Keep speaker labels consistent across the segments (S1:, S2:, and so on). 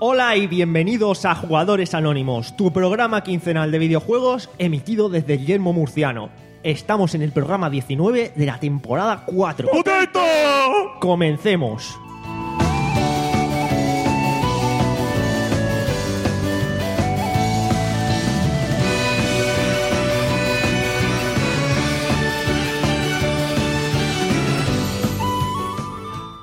S1: Hola y bienvenidos a Jugadores Anónimos, tu programa quincenal de videojuegos emitido desde el Yermo Murciano. Estamos en el programa 19 de la temporada 4. ¡Comencemos!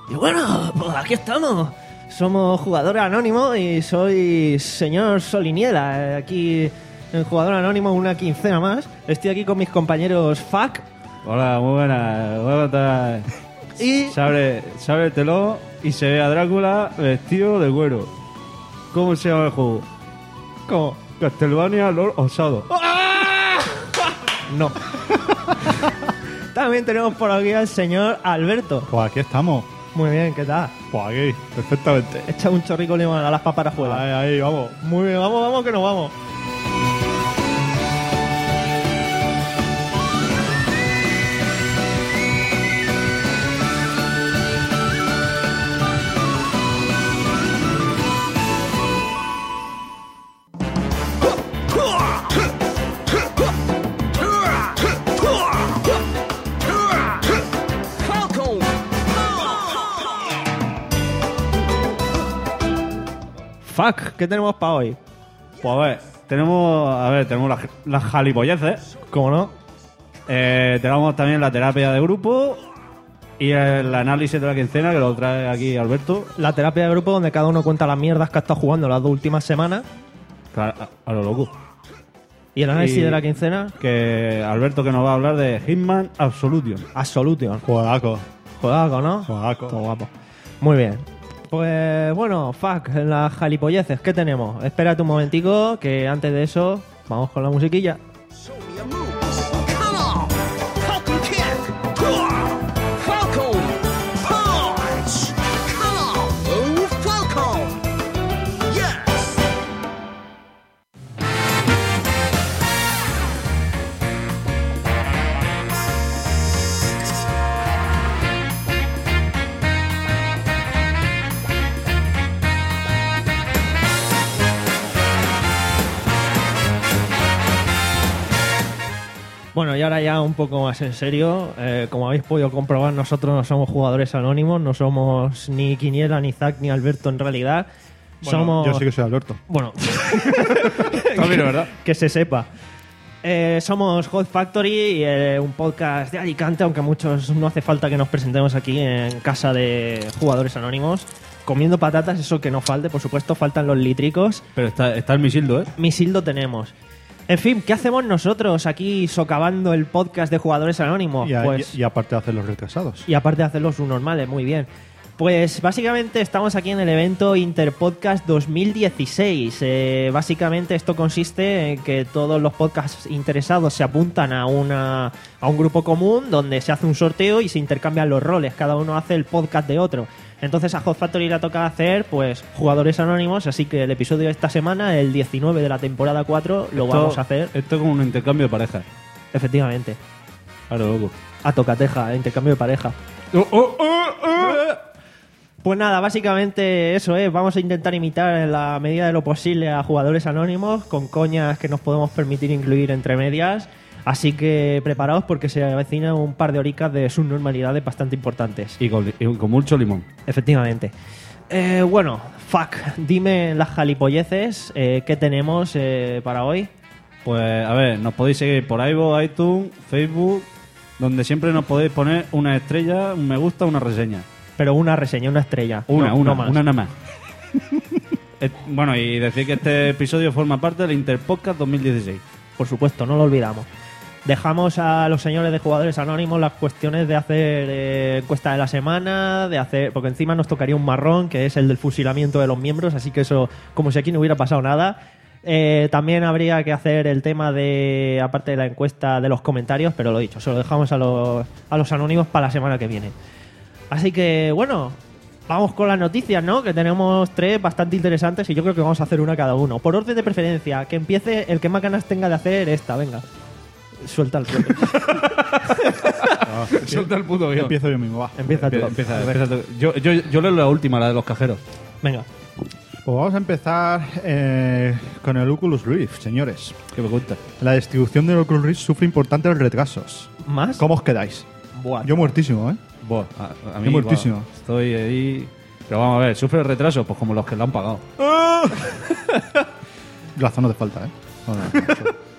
S1: Y bueno, pues aquí estamos. Somos Jugador Anónimo y soy señor Soliniela. eh, Aquí en Jugador Anónimo una quincena más. Estoy aquí con mis compañeros FAC
S2: Hola, muy buenas. Buenas tardes.
S1: y...
S2: Se abre, se abre el telón y se ve a Drácula vestido de güero. ¿Cómo se llama el juego?
S1: ¿Cómo? ¡Ah!
S2: Castlevania Lord Osado.
S1: No. También tenemos por aquí al señor Alberto.
S3: Pues aquí estamos.
S1: Muy bien, ¿qué tal?
S3: Pues aquí, perfectamente.
S1: Echa un chorrico de limón a las paparajuelas.
S3: Ahí, ahí, vamos.
S1: Muy bien, vamos, vamos, que nos vamos. Fuck, ¿qué tenemos para hoy?
S2: Pues a ver, tenemos, a ver, tenemos las, las jalipolleces.
S1: ¿Cómo no?
S2: Eh, tenemos también la terapia de grupo y el análisis de la quincena que lo trae aquí Alberto.
S1: La terapia de grupo donde cada uno cuenta las mierdas que ha estado jugando las dos últimas semanas.
S2: Claro, a, a lo loco.
S1: Y el análisis
S2: Y-
S1: de la quincena,
S2: Que Alberto que nos va a hablar de Hitman Absolution.
S1: Absolution.
S3: Juegaco,
S1: Jodaco, ¿no?
S3: juegaco.
S1: Todo guapo. Muy bien. Pues bueno, fuck, las jalipolleces, ¿qué tenemos? Espérate un momentico, que antes de eso, vamos con la musiquilla. Bueno, y ahora ya un poco más en serio, eh, como habéis podido comprobar, nosotros no somos jugadores anónimos, no somos ni Quiniela, ni Zack, ni Alberto en realidad.
S3: Bueno,
S1: somos...
S3: Yo sí que soy Alberto.
S1: Bueno,
S2: También es verdad.
S1: que se sepa. Eh, somos Hot Factory, eh, un podcast de Alicante, aunque a muchos no hace falta que nos presentemos aquí en casa de jugadores anónimos. Comiendo patatas, eso que no falte, por supuesto, faltan los litricos.
S2: Pero está, está el misildo, ¿eh?
S1: Misildo tenemos. En fin, ¿qué hacemos nosotros aquí socavando el podcast de jugadores anónimos?
S3: Y, a-
S1: pues,
S3: y- y aparte de hacer los retrasados.
S1: y aparte de hacerlos normales, muy bien. Pues básicamente estamos aquí en el evento Interpodcast 2016. Eh, básicamente esto consiste en que todos los podcasts interesados se apuntan a, una, a un grupo común donde se hace un sorteo y se intercambian los roles. Cada uno hace el podcast de otro. Entonces a Hot Factory le toca hacer pues jugadores anónimos, así que el episodio de esta semana, el 19 de la temporada 4, lo
S2: Esto-
S1: vamos a hacer
S2: Esto es como un intercambio de parejas.
S1: efectivamente.
S2: A lo loco.
S1: A tocateja, a intercambio de pareja. Pues nada, básicamente eso es. Vamos a intentar imitar en la medida de lo posible a jugadores anónimos con coñas que nos podemos permitir incluir entre medias. Así que preparaos porque se avecinan un par de horicas de subnormalidades bastante importantes.
S2: Y con, y con mucho limón.
S1: Efectivamente. Eh, bueno, fuck, dime las jalipolleces eh, que tenemos eh, para hoy.
S2: Pues a ver, nos podéis seguir por iVoox, iTunes, Facebook, donde siempre nos podéis poner una estrella, un me gusta, una reseña.
S1: Pero una reseña, una estrella.
S2: Una,
S1: No-
S2: una,
S1: no más.
S2: una nada más. Et- bueno, y decir que este episodio forma parte del Interpodcast 2016.
S1: Por supuesto, no lo olvidamos. Dejamos a los señores de jugadores anónimos las cuestiones de hacer eh, encuesta de la semana, de hacer. Porque encima nos tocaría un marrón, que es el del fusilamiento de los miembros, así que eso, como si aquí no hubiera pasado nada. Eh, también habría que hacer el tema de, aparte de la encuesta, de los comentarios, pero lo dicho, se lo dejamos a los, a los anónimos para la semana que viene. Así que, bueno, vamos con las noticias, ¿no? Que tenemos tres bastante interesantes y yo creo que vamos a hacer una cada uno. Por orden de preferencia, que empiece el que más ganas tenga de hacer esta, venga. Suelta el suelo.
S2: Suelta el puto guión.
S3: Empiezo yo mismo, va.
S1: Empieza tú.
S2: Empieza, empieza tú. Yo, yo, yo leo la última, la de los cajeros.
S1: Venga.
S3: Pues vamos a empezar eh, con el Oculus Rift, señores.
S2: ¿Qué me cuentas?
S3: La distribución del Oculus Rift sufre importantes retrasos.
S1: ¿Más?
S3: ¿Cómo os quedáis?
S1: Buah.
S3: Yo muertísimo, ¿eh?
S2: Buah, a, a mí.
S3: Qué muertísimo.
S2: buah, estoy ahí. Pero vamos a ver, sufre retraso, pues como los que lo han pagado.
S3: Razón no te falta, ¿eh? No, no, no, no.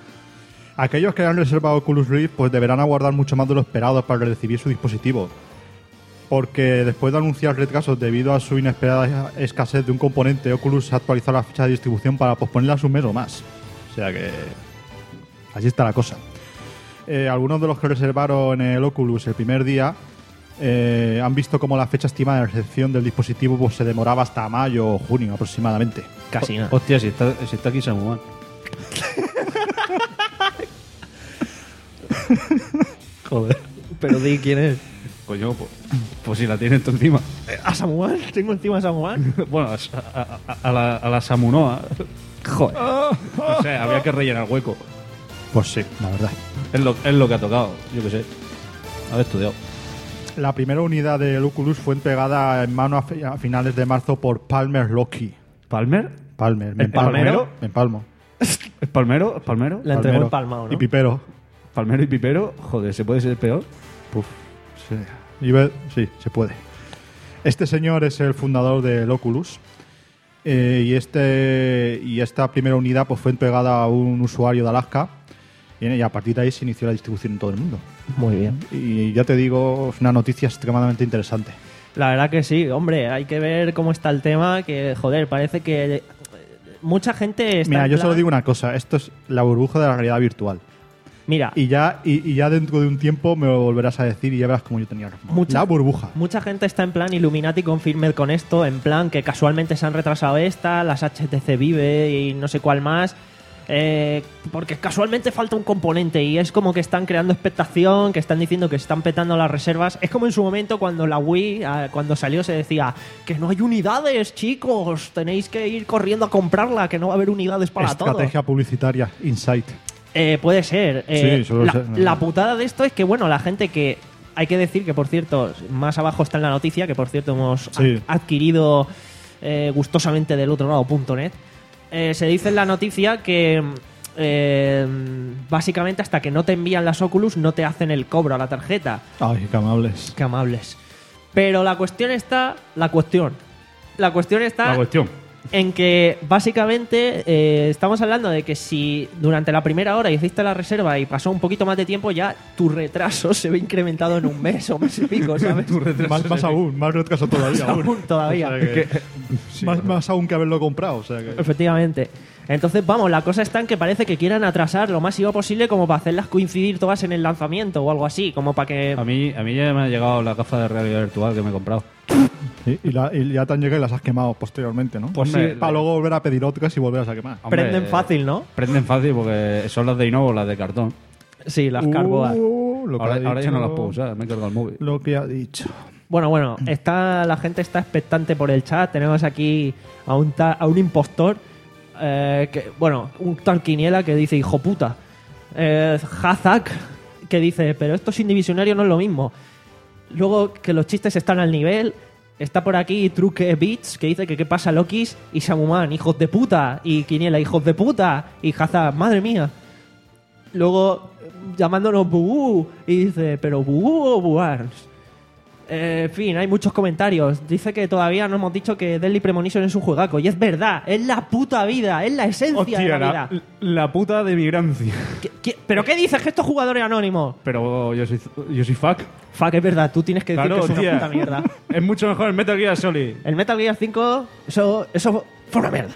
S3: Aquellos que han reservado Oculus Rift pues deberán aguardar mucho más de lo esperado para recibir su dispositivo. Porque después de anunciar retrasos debido a su inesperada escasez de un componente, Oculus ha actualizado la fecha de distribución para posponerla un mes o más. O sea que... Así está la cosa. Eh, algunos de los que reservaron el Oculus el primer día eh, han visto como la fecha estimada de recepción del dispositivo pues, se demoraba hasta mayo o junio aproximadamente.
S1: Casi nada.
S2: Hostia, si está, si está aquí Samuel. Joder.
S1: Pero di quién es.
S2: Coño, pues, pues si la tienes tú encima.
S1: ¿A Samuel? ¿Tengo encima a Samuel?
S2: Bueno, a, a- a- a la, a la Samunoa. Joder.
S1: Ah.
S2: No sé, había que rellenar hueco.
S3: Pues sí, la verdad.
S2: Es lo, es lo que ha tocado, yo qué sé. Haber estudiado.
S3: La primera unidad del Oculus fue entregada en mano a, fi- a finales de marzo por Palmer Lockheed.
S2: ¿Palmer?
S3: Palmer, me
S2: ¿El
S3: empalmo. ¿eh?
S2: palmero?
S3: Me empalmo.
S2: ¿Es palmero? ¿Es palmero?
S1: La entregó
S3: Palmero.
S1: en Palmao, ¿no?
S3: Y Pipero.
S2: ¿Palmero y pipero? Joder, ¿se puede ser peor?
S3: Puf, sí. Y ve- sí, se puede. Este señor es el fundador del Oculus. eh, y, este, y esta primera unidad pues, fue entregada a un usuario de Alaska. Y y a partir de ahí se inició la distribución en todo el mundo.
S1: Muy bien.
S3: Y ya te digo, es una noticia extremadamente interesante.
S1: La verdad que sí, hombre, hay que ver cómo está el tema, que joder, parece que eh, mucha gente está
S3: Mira,
S1: en
S3: yo solo
S1: plan-
S3: digo una cosa, esto es la burbuja de la realidad virtual.
S1: Mira,
S3: Y ya, y, y ya dentro de un tiempo me lo volverás a decir y ya verás cómo yo tenía razón.
S1: Mucha-
S3: La burbuja.
S1: Mucha gente está en plan Illuminati confirmed con esto, en plan que casualmente se han retrasado esta, las HTC Vive y no sé cuál más. eh, porque casualmente falta un componente y es como que están creando expectación, que están diciendo que están petando las reservas. Es como en su momento cuando la Wii, ah, cuando salió, se decía que no hay unidades, chicos, tenéis que ir corriendo a comprarla, que no va a haber unidades para todos.
S3: Estrategia publicitaria, insight.
S1: Eh, puede ser. Eh,
S3: Sí, solo
S1: la,
S3: sé.
S1: la putada de esto es que, bueno, la gente que. Hay que decir que, por cierto, más abajo está en la noticia, que por cierto hemos
S3: Sí.
S1: ad- adquirido eh, gustosamente del otro lado.net. Eh, se dice en la noticia que. eh, básicamente, hasta que no te envían las Oculus, no te hacen el cobro a la tarjeta.
S3: Ay, qué amables.
S1: Qué amables. Pero la cuestión está. La cuestión. La cuestión está
S2: La cuestión.
S1: en que básicamente eh, estamos hablando de que si durante la primera hora hiciste la reserva y pasó un poquito más de tiempo, ya tu retraso se ve incrementado en un mes o mes y pico, ¿sabes?
S3: Más, más aún, más retraso todavía.
S1: Aún, todavía.
S3: O sea que- más, más aún que haberlo comprado. O sea que-
S1: Efectivamente. Entonces, vamos, la cosa está en que parece que quieran atrasar lo máximo posible como para hacerlas coincidir todas en el lanzamiento o algo así, como para que...
S2: A mí, a mí ya me ha llegado la gafa de realidad virtual que me he comprado.
S3: Y, y la- y ya te han llegado y las has quemado posteriormente, ¿no?
S2: Pues sí.
S3: Para luego volver a pedir otras y volverlas a quemar.
S2: Hombre,
S1: Prenden fácil, ¿no?
S2: Prenden fácil porque son las de Inovo, las de cartón.
S1: Sí, las carboas.
S3: Uh, lo que
S2: Ahora,
S3: ha
S2: ahora ya no
S3: dicho-
S2: las puedo usar, me he cargado el móvil.
S3: Lo que ha dicho.
S1: Bueno, bueno, está, la gente está expectante por el chat. Tenemos aquí a un, ta- a un impostor, eh, que, bueno, un tal Quiniela que dice, hijo puta. Eh, Hazak, que dice, pero esto sin divisionario no es lo mismo. Luego que los chistes están al nivel. Está por aquí Truque Beats, que dice que qué pasa Lokis y Samuman, hijos de puta. Y Quiniela, hijos de puta. Y Hazak, madre mía. Luego eh, llamándonos Bubú y dice, pero Bubú o Buars. Eh, en fin, hay muchos comentarios. Dice que todavía no hemos dicho que Deadly Premonition es un juegaco. Y es verdad, es la puta vida, es la esencia de la, vida.
S2: puta de migrancia.
S1: ¿Qué- qué- ¿Pero qué dices que estos jugadores anónimos?
S2: Pero yo soy, yo soy fuck.
S1: Fuck, es verdad, tú tienes que decir
S2: Claro,
S1: que es
S2: tía.
S1: una puta mierda.
S2: Es mucho mejor el Metal Gear Solid.
S1: El Metal Gear 5, eso, eso fue una mierda.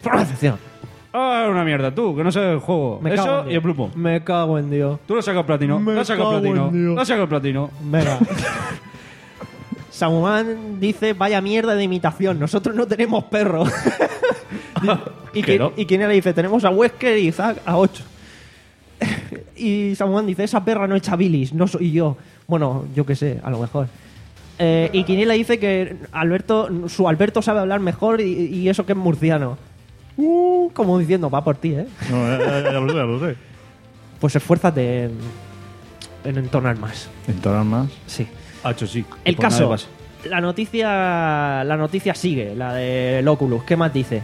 S1: Fue una decepción.
S2: Ah, una mierda, tú, que no sabes el juego.
S1: Me cago en
S2: Eso
S1: Dios.
S2: y el Blue Point.
S1: Me cago en Dios.
S2: Tú lo sacas platino,
S3: Me
S2: lo sacas
S3: cago en
S2: platino,
S3: Dios.
S2: lo sacas platino.
S1: Venga. Samuman dice, vaya mierda de imitación, nosotros no tenemos perro. y,
S2: Que
S1: qui-
S2: no.
S1: y quién le dice, tenemos a Wesker y Zack a 8. y Samuman dice, esa perra no echa bilis, no soy yo. Bueno, yo qué sé, a lo mejor. Eh, y Quiniela dice que Alberto, su Alberto sabe hablar mejor y, y eso que es murciano. Uh, como diciendo, va por ti, ¿eh?
S3: No, ya, ya- ya lo sé, ya lo sé.
S1: Pues esfuérzate en, en entonar más.
S3: Entonces más.
S1: Sí.
S2: Hacho, sí.
S1: El
S2: Por nada
S1: caso,
S2: pasa.
S1: la noticia, la noticia sigue, la del Oculus. ¿Qué más dice?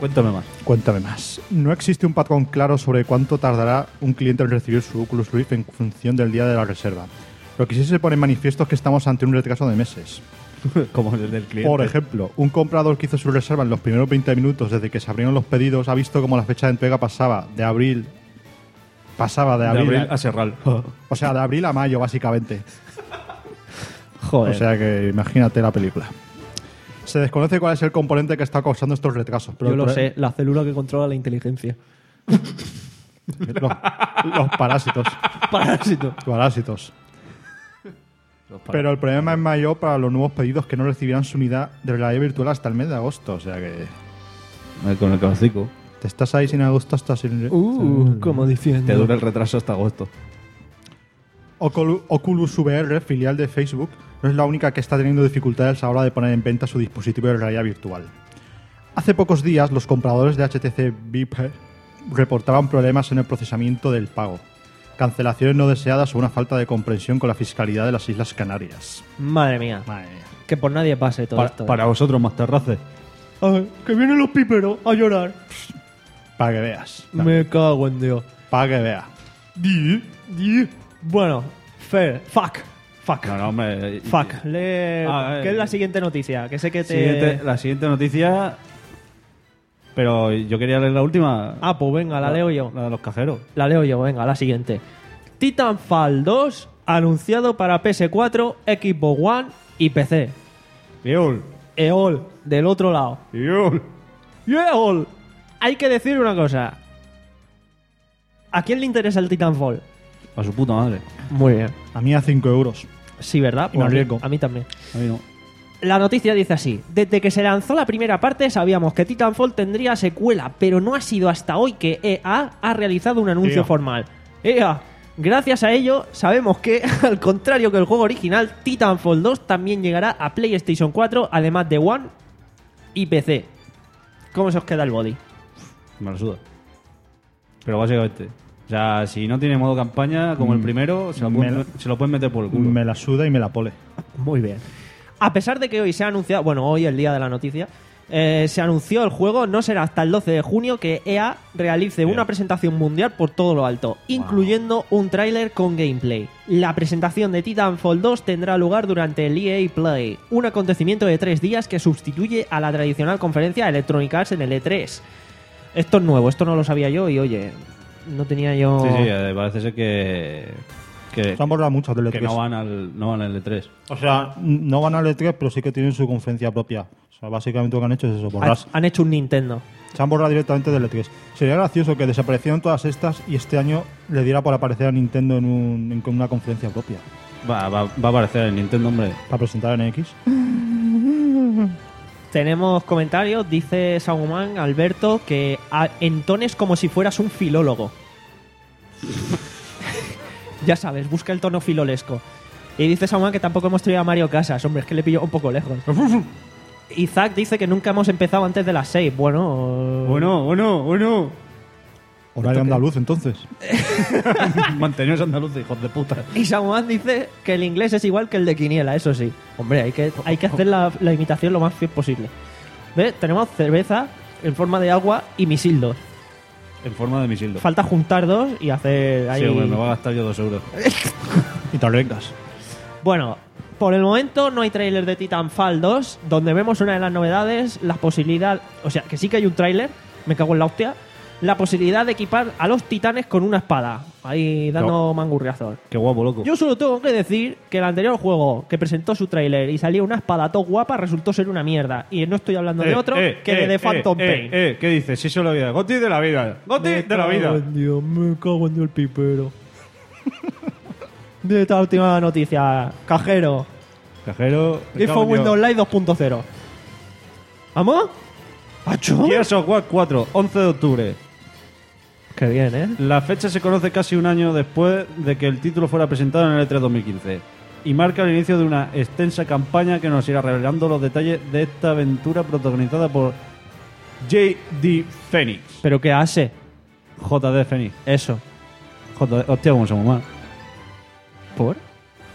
S2: Cuéntame más.
S3: Cuéntame más. No existe un patrón claro sobre cuánto tardará un cliente en recibir su Oculus Rift en función del día de la reserva. Lo que sí se pone en manifiesto es que estamos ante un retraso de meses.
S2: Como el del cliente.
S3: Por ejemplo, un comprador que hizo su reserva en los primeros 20 minutos desde que se abrieron los pedidos ha visto cómo la fecha de entrega pasaba de abril pasaba de
S2: de
S3: abril,
S2: abril
S3: a-
S2: a Serral.
S3: o sea, de abril a mayo básicamente.
S1: Joder.
S3: O sea que imagínate la película. Se desconoce cuál es el componente que está causando estos retrasos, pero
S1: yo lo
S3: pero-
S1: sé, la célula que controla la inteligencia.
S3: Los, los parásitos.
S1: Parásito.
S3: Parásitos. Pero el problema es mayor para los nuevos pedidos que no recibirán su unidad de realidad virtual hasta el mes de agosto. O sea que
S2: Eh, Con el calcico.
S3: te estás ahí sin agosto hasta sin...
S1: Uh, como
S2: Mm. Te
S1: diciendo.
S2: dura el retraso hasta agosto.
S3: Oculu- Oculus VR, filial de Facebook, no es la única que está teniendo dificultades a la hora de poner en venta su dispositivo de realidad virtual. Hace pocos días, los compradores de HTC Vive reportaban problemas en el procesamiento del pago, cancelaciones no deseadas o una falta de comprensión con la fiscalidad de las Islas Canarias.
S1: Madre mía,
S3: Madre mía.
S1: que por nadie pase todo
S2: Para,
S1: esto. ¿eh?
S2: para vosotros, más terraces.
S1: Ay, que vienen los piperos a llorar.
S3: Para que veas.
S1: Me cago en Dios.
S3: Para que veas.
S1: Bueno, Fer, fuck. Fuck.
S2: No, no, hombre. eh,
S1: Fuck. Le-
S2: Ah, eh.
S1: ¿Qué es la siguiente noticia? Que sé que te.
S2: Siguiente- la siguiente noticia. Pero yo quería leer la última.
S1: Ah, pues venga, la leo yo.
S2: La de los cajeros.
S1: La leo yo, venga, la siguiente. Titanfall 2 anunciado para PS4, Xbox One y PC.
S2: Yol.
S1: EOL, del otro lado.
S2: Yol.
S1: ¡EOL! Hay que decir una cosa. ¿A quién le interesa el Titanfall?
S2: A su puta madre.
S1: Muy bien.
S3: A mí a 5 euros.
S1: Sí, ¿verdad? Pues
S3: Y me
S1: a mí-
S3: arriesgo.
S1: a mí también.
S2: A mí no.
S1: La noticia dice así: Desde que se lanzó la primera parte, sabíamos que Titanfall tendría secuela, pero no ha sido hasta hoy que EA ha realizado un anuncio
S3: EA.
S1: formal. EA, gracias a ello, sabemos que, al contrario que el juego original, Titanfall 2 también llegará a PlayStation 4, además de One y PC. ¿Cómo se os queda el body?
S2: Me la suda. Pero básicamente. O sea, si no tiene modo campaña como el primero, se lo,
S3: me
S2: pueden,
S3: la-
S2: se lo pueden meter por el culo.
S3: Me la suda y me la pole.
S1: Muy bien. A pesar de que hoy se ha anunciado, bueno, hoy el día de la noticia, eh, se anunció el juego, no será hasta el 12 de junio que EA realice una presentación mundial por todo lo alto, incluyendo un tráiler con gameplay. La presentación de Titanfall 2 tendrá lugar durante el EA Play, un acontecimiento de tres días que sustituye a la tradicional conferencia Electronic Arts en el E3. Esto es nuevo, esto no lo sabía yo y oye, no tenía yo...
S2: Sí, sí, eh, parece ser que. Que,
S3: Se han borrado muchas del
S2: que
S3: E3.
S2: no, van al, no van al E E3.
S3: O sea, no van al E3, pero sí que tienen su conferencia propia. O sea, básicamente lo que han hecho es eso,
S1: Han,
S3: borrar.
S1: han hecho un Nintendo.
S3: Se han borrado directamente del E3. Sería gracioso que desaparecieran todas estas y este año le diera por aparecer a Nintendo en, un- en una conferencia propia.
S2: Va, va, va a aparecer el Nintendo, hombre.
S3: Para presentar en X.
S1: Tenemos comentarios, dice Saguman Alberto que a- entones como si fueras un filólogo. ya sabes, busca el tono filolesco. Y dice Saguman que tampoco hemos traído a Mario Casas. Hombre, es que le pilló un poco lejos. Isaac dice que nunca hemos empezado antes de las 6. Bueno,
S2: Bueno, bueno, bueno.
S3: Horario andaluz, entonces.
S2: Mantenidos andaluces, hijos de puta.
S1: Y Samuán dice que el inglés es igual que el de Quiniela, eso sí. Hombre, hay que, hay que hacer la, la imitación lo más fiel posible. ¿Ves? Tenemos cerveza en forma de agua y misildos.
S2: En forma de misil. Sí,
S1: Falta juntar dos y hacer ahí...
S2: hombre, me va a gastar yo dos euros.
S3: Y tal vengas.
S1: Bueno, por el momento no hay tráiler de Titanfall 2, donde vemos una de las novedades, la posibilidad, o sea, que sí que hay un tráiler, me cago en la hostia, la posibilidad de equipar a los titanes con una espada, ahí dando mangurriazos.
S2: Qué guapo, loco.
S1: Yo solo tengo que decir que el anterior juego que presentó su tráiler y salía una espada todo guapa resultó ser una mierda. Y no estoy hablando de
S2: Eh,
S1: otro
S2: eh,
S1: que de
S2: eh,
S1: The Phantom
S2: eh,
S1: Pain.
S2: eh, eh, ¿Qué dices? Sí, solo la vida. Goti de la vida. Goti de la vida.
S1: Dios, me cago en Dios el pipero. de esta última noticia, cajero.
S2: Cajero. me
S1: Info
S2: cago en Dios.
S1: Windows Live 2.0. ¿Vamos? ¿Acho?
S2: Gears of War 4, 11 de octubre.
S1: Qué bien, ¿eh?
S2: La fecha se conoce casi un año después de que el título fuera presentado en el E E3 2015 y marca el inicio de una extensa campaña que nos irá revelando los detalles de esta aventura protagonizada por J.D. Phoenix.
S1: ¿Pero qué hace?
S2: J.D. Phoenix.
S1: Eso.
S2: J.D. Hostia, cómo somos mal.
S1: ¿Por?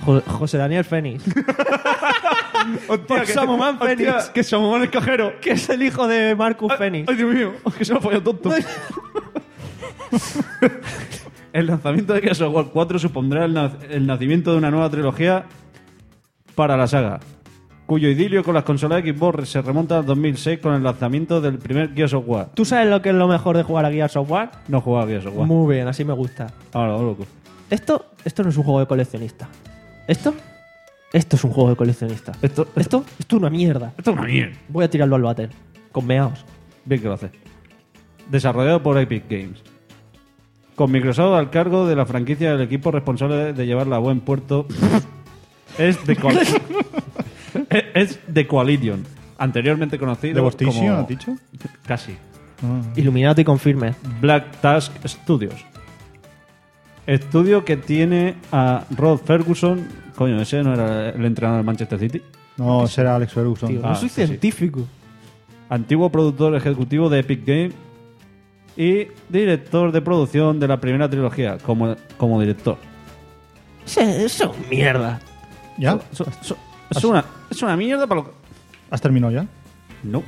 S1: Jo- José Daniel Fénix.
S2: Hostia,
S1: que- hostia,
S2: que Samuel el cajero.
S1: que es Ah, el hijo de Marcus Fénix.
S2: Dios mío, que se lo fallado tonto. el lanzamiento de Gears of War 4 supondrá el, na- el nacimiento de una nueva trilogía para la saga, cuyo idilio con las consolas Xbox se remonta al 2006 con el lanzamiento del primer Gears of War.
S1: ah. ¿Tú sabes lo que es lo mejor de jugar a Gears of War?
S2: No jugaba a Gears of War.
S1: Muy bien, así me gusta.
S2: Ahora, loco.
S1: Esto, esto no es un juego de coleccionista. ¿Esto? Esto es un juego de coleccionista.
S2: Esto-
S1: esto, esto es una mierda.
S2: Esto es una mierda.
S1: Voy a tirarlo al váter. Con meaos.
S2: Bien que lo hace. Desarrollado por Epic Games. Con Microsoft al cargo de la franquicia del equipo responsable de llevarla a buen puerto es The, Coal- es, es The Coalition, anteriormente conocido
S3: ¿De Bostation
S2: como...
S3: has dicho?
S2: Casi.
S1: Iluminado y confirme.
S2: Black Task Studios. Estudio que tiene a Rod Ferguson. Coño, ese no era el entrenador del Manchester City.
S3: No, será Alex Ferguson.
S1: Tío,
S2: Ah,
S1: no soy
S2: sí, sí.
S1: científico.
S2: antiguo productor ejecutivo de Epic Games y director de producción de la primera trilogía como, como director.
S1: Ese- Eso es mierda.
S3: ¿Ya?
S2: So- so- es, una, es una mierda para lo que...
S3: ¿Has terminado ya?
S2: No,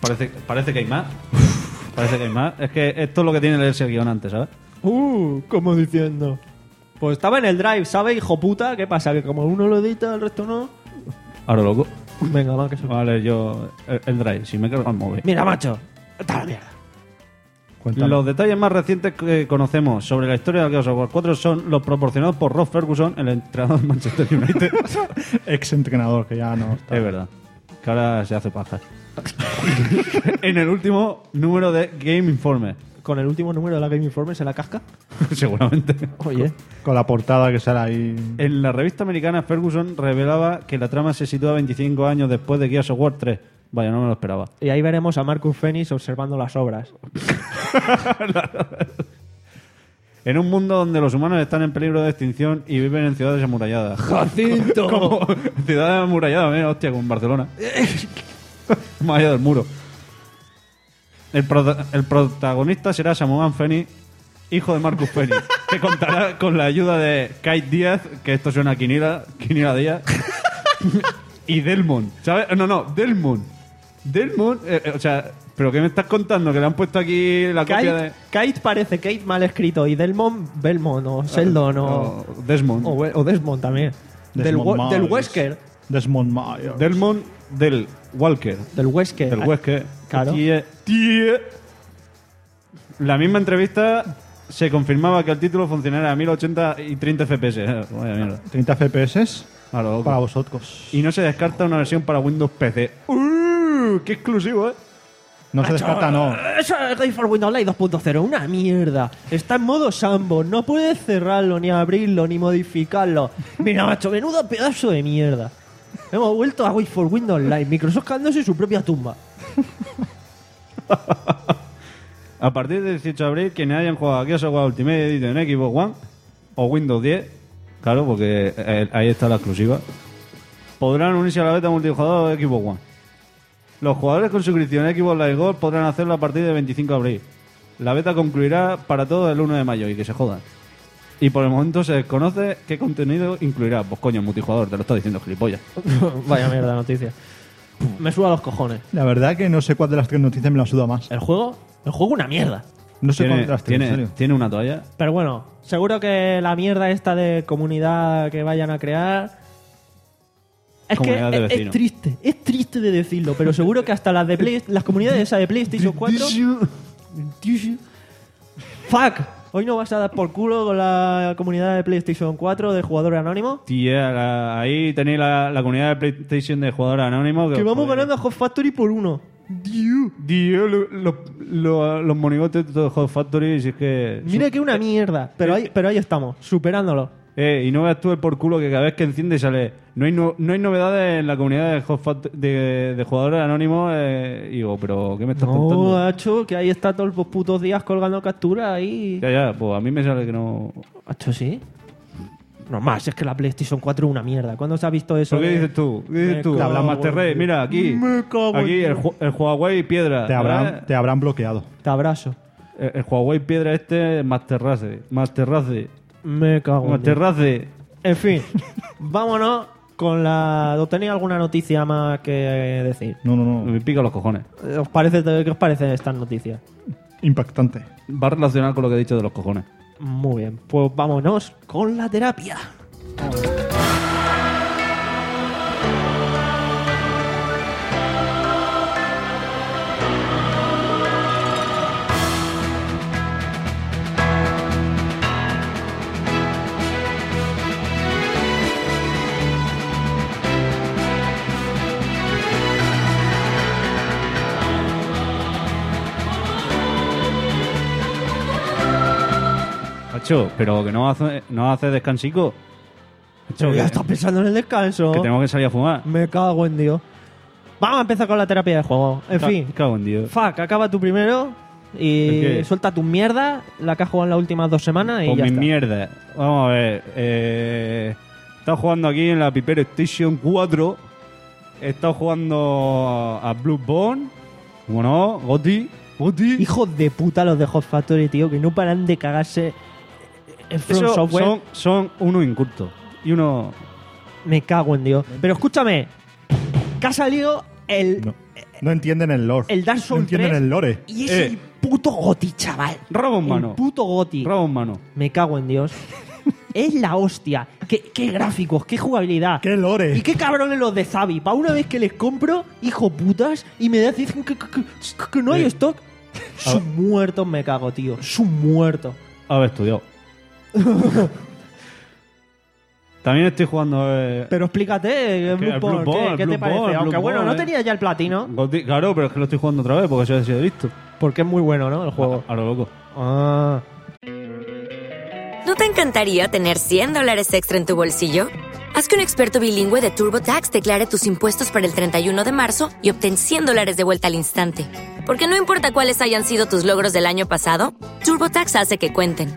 S2: parece, parece que hay más. parece que hay más. Es que esto es lo que tiene leerse el guión antes, ¿sabes?
S1: Uh, como diciendo. Pues estaba en el drive, ¿sabes, hijo puta? ¿Qué pasa? Que como uno lo edita, el resto no.
S2: Ahora loco.
S1: Venga, va, que se
S2: Vale, yo... El, el drive, si me cargo al móvil.
S1: Mira, macho. Está la mierda.
S3: Cuéntame.
S2: Los detalles más recientes que conocemos sobre la historia de Gears of War 4 son los proporcionados por Rob Ferguson, el entrenador de Manchester United.
S3: Ex entrenador, que ya no está.
S2: Es verdad. Que ahora se hace paja. en el último número de Game Informer.
S1: Con el último número de la Game Informer se la casca.
S2: Seguramente.
S1: Oye.
S3: Con la portada que sale ahí.
S2: En la revista americana Ferguson revelaba que la trama se sitúa 25 años después de Gears of War 3. Vaya, no me lo esperaba.
S1: Y ahí veremos a Marcus Fenix observando las obras.
S2: En un mundo donde los humanos están en peligro de extinción y viven en ciudades amuralladas.
S1: ¡Jacinto!
S2: Como ciudades amuralladas, mira, hostia, como en Barcelona. Más allá del muro. El, prota- el protagonista será Samuel Fenix, hijo de Marcus Fenix, que contará con la ayuda de Kate Díaz, que esto suena a Quinila, Quinila Díaz, y Delmon, ¿sabes? No, no, Delmon. Delmon, eh, eh, o sea, ¿pero qué me estás contando? Que le han puesto aquí la copia de...
S1: Kate, Kate parece Kate mal escrito y Delmon, Belmon o Sheldon o,
S2: o Desmond.
S1: o, We- o Desmond también. Del,
S3: Desmond
S1: Wo- del
S3: Miles.
S1: Wesker.
S3: Desmond Myers.
S2: Delmon del Walker.
S1: Del Wesker.
S2: Del Wesker.
S1: Claro.
S2: Tie- tie. La misma entrevista se confirmaba que el título funcionara a 1080 y 30 FPS. Eh, Vaya mierda.
S3: 30 FPS
S2: A lo loco.
S3: para vosotros.
S2: Y no se descarta una versión para Windows PC. ¡Uh! ¡Qué exclusivo, eh!
S3: No se descarta, no.
S1: Eso es Game for Windows Live 2.0, una mierda. Está en modo Sambo, no puedes cerrarlo, ni abrirlo, ni modificarlo. Mira, macho, menudo pedazo de mierda. Hemos vuelto a Wait for Windows Live. Microsoft cagándose en su propia tumba.
S2: A partir del 18 de abril, quienes hayan jugado aquí a Software Ultimate Edition en Xbox One o Windows 10, claro, porque eh, ahí está la exclusiva, podrán unirse a la beta multijugador de Xbox One. Los jugadores con suscripción a Xbox Live Gold podrán hacerlo a partir del 25 de abril. La beta concluirá para todos el 1 de mayo y que se jodan. Y por el momento se desconoce qué contenido incluirá. Pues coño, multijugador, te lo está diciendo gilipollas.
S1: Vaya mierda noticia. Me suda los cojones.
S3: La verdad que no sé cuál de las tres noticias me la suda más.
S1: El juego, el juego una mierda.
S3: No sé cuál
S2: ¿Tiene,
S3: de las tres, en
S2: tiene,
S3: serio.
S2: tiene una toalla?
S1: Pero bueno, seguro que la mierda esta de comunidad que vayan a crear. Es
S2: Comunidad de
S1: que es- es,
S2: vecinos.
S1: triste, es triste de decirlo, pero seguro que hasta las de Play- las comunidades esas de PlayStation 4. ¡Fuck! Hoy no vas a dar por culo con la comunidad de PlayStation 4 de jugadores anónimos.
S2: Tía, la- ahí tenéis la, la comunidad de PlayStation de jugadores anónimos.
S1: Que
S2: os
S1: vamos
S2: podéis-
S1: ganando a Hot Factory por uno.
S2: Dios, Dios, pues, lo- lo- lo- los monigotes de Hot Factory, si es que...
S1: Mira que una mierda, pero ahí, pero ahí estamos, superándolo.
S2: Eh, y no veas tú el por culo que cada vez que enciende sale... No hay, no, no hay novedades en la comunidad de, Hot Fact- de, de jugadores anónimos. eh, y digo, pero ¿qué me estás
S1: No, eh.
S2: contando?
S1: Hacho, que ahí está todos los putos días colgando capturas ahí.
S2: Ya, ya, pues a mí me sale que no...
S1: Hacho, sí. Normal, si es que la PlayStation 4 es una mierda. ¿Cuándo se ha visto eso?
S2: ¿Pero qué
S1: de-
S2: dices tú?
S1: Eh,
S2: ¿Qué
S1: Me
S2: dices tú?
S1: cago
S2: Habla más
S1: en-
S2: Terrey, mira, aquí.
S1: Me cago en
S2: Aquí el,
S1: Dios.
S2: Ju- el Huawei Piedra.
S3: Te
S2: ¿verdad?
S3: habrán, te habrán bloqueado.
S1: Te abrazo.
S2: El, el Huawei Piedra este, más terrace. Más terrace.
S1: Me cago en
S2: Más
S1: Dios.
S2: terrace.
S1: En fin, vámonos con la... ¿O ¿Tenéis alguna noticia más que decir?
S3: No, no, no.
S2: Me pica los cojones.
S1: Eh, ¿Os parece, ¿Qué os parecen estas noticias?
S3: Impactante.
S2: Va relacionado con lo que he dicho de los cojones.
S1: Muy bien, pues vámonos con la terapia.
S2: Macho, pero que no hace, no hace descansico. Macho,
S1: Pero ya
S2: que-
S1: estás pensando en el descanso.
S2: que tengo que salir a fumar.
S1: Me cago en Dios. Vamos a empezar con la terapia de juego. En
S2: Ca-
S1: fin,
S2: Cago en Dios.
S1: fuck, acaba tú primero
S2: ¿El
S1: y
S2: qué?
S1: suelta tu mierda, la que has jugado en las últimas dos semanas y
S2: Con
S1: ya
S2: mi
S1: está.
S2: mierda. Vamos a ver. Eh, he estado jugando aquí en la Piper Station 4. He estado jugando a Bloodborne. Como no, Goti. Goti.
S1: Hijos de puta los de Hot Factory, tío, que no paran de cagarse en From
S2: Eso
S1: Software.
S2: son, son uno inculto. Y uno.
S1: Me cago en Dios. Pero escúchame, que ha salido el,
S3: No, no entienden el lore.
S1: el Dark
S3: no
S1: Souls
S3: entienden
S1: 3
S3: el lore.
S1: y es
S2: Eh.
S1: el puto goti, chaval.
S2: Rabo en
S1: El
S2: mano.
S1: puto goti.
S2: Rabo en mano.
S1: Me cago en Dios. es la hostia. Qué, qué gráficos, qué jugabilidad.
S3: ¡Qué lore!
S1: Y qué cabrones los de Zabi. Para una vez que les compro, hijo putas, y me dicen que, que- que- que no hay
S2: Eh.
S1: stock.
S3: Ah.
S1: Sus muertos me cago, tío. Sus muertos.
S2: Haber estudiado. También estoy jugando. eh,
S1: Pero explícate, eh,
S2: que el
S1: Bloodborne,
S2: Bloodborne,
S1: ¿qué, qué te
S2: Bloodborne,
S1: parece? Aunque
S2: Bloodborne,
S1: bueno, no
S2: eh.
S1: tenía ya el platino,
S2: Gothic- claro, pero es que lo estoy jugando otra vez porque yo he Pues, sido listo.
S1: porque es muy bueno, ¿no? El juego.
S2: A lo loco.
S1: Ah.
S4: ¿No te encantaría tener 100 dólares extra en tu bolsillo? Haz que un experto bilingüe de TurboTax declare tus impuestos para el 31 de marzo y obtén 100 dólares de vuelta al instante. Porque no importa cuáles hayan sido tus logros del año pasado, TurboTax hace que cuenten.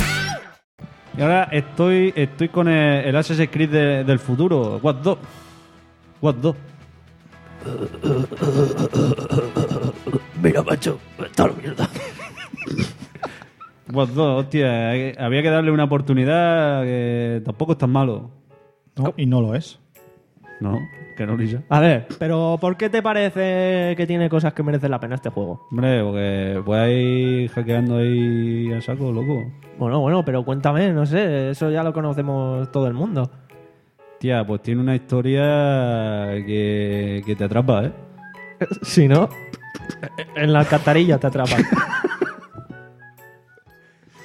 S2: Y ahora estoy, estoy con el, el Assassin's Creed de- del futuro, What 2. What 2.
S1: Mira, macho, está la mierda.
S2: What 2, hostia. eh, Había que darle una oportunidad que tampoco es tan malo.
S3: No, y no lo es.
S2: No, que no, Lisa.
S1: A ver, pero ¿por qué te parece que tiene cosas que merecen la pena este juego?
S2: Hombre, porque voy ahí hackeando ahí a saco, loco.
S1: Bueno, bueno, pero cuéntame, no sé, eso ya lo conocemos todo el mundo.
S2: Hostia, pues tiene una historia que, que te atrapa, ¿eh?
S1: Si no, en la alcantarilla te atrapan.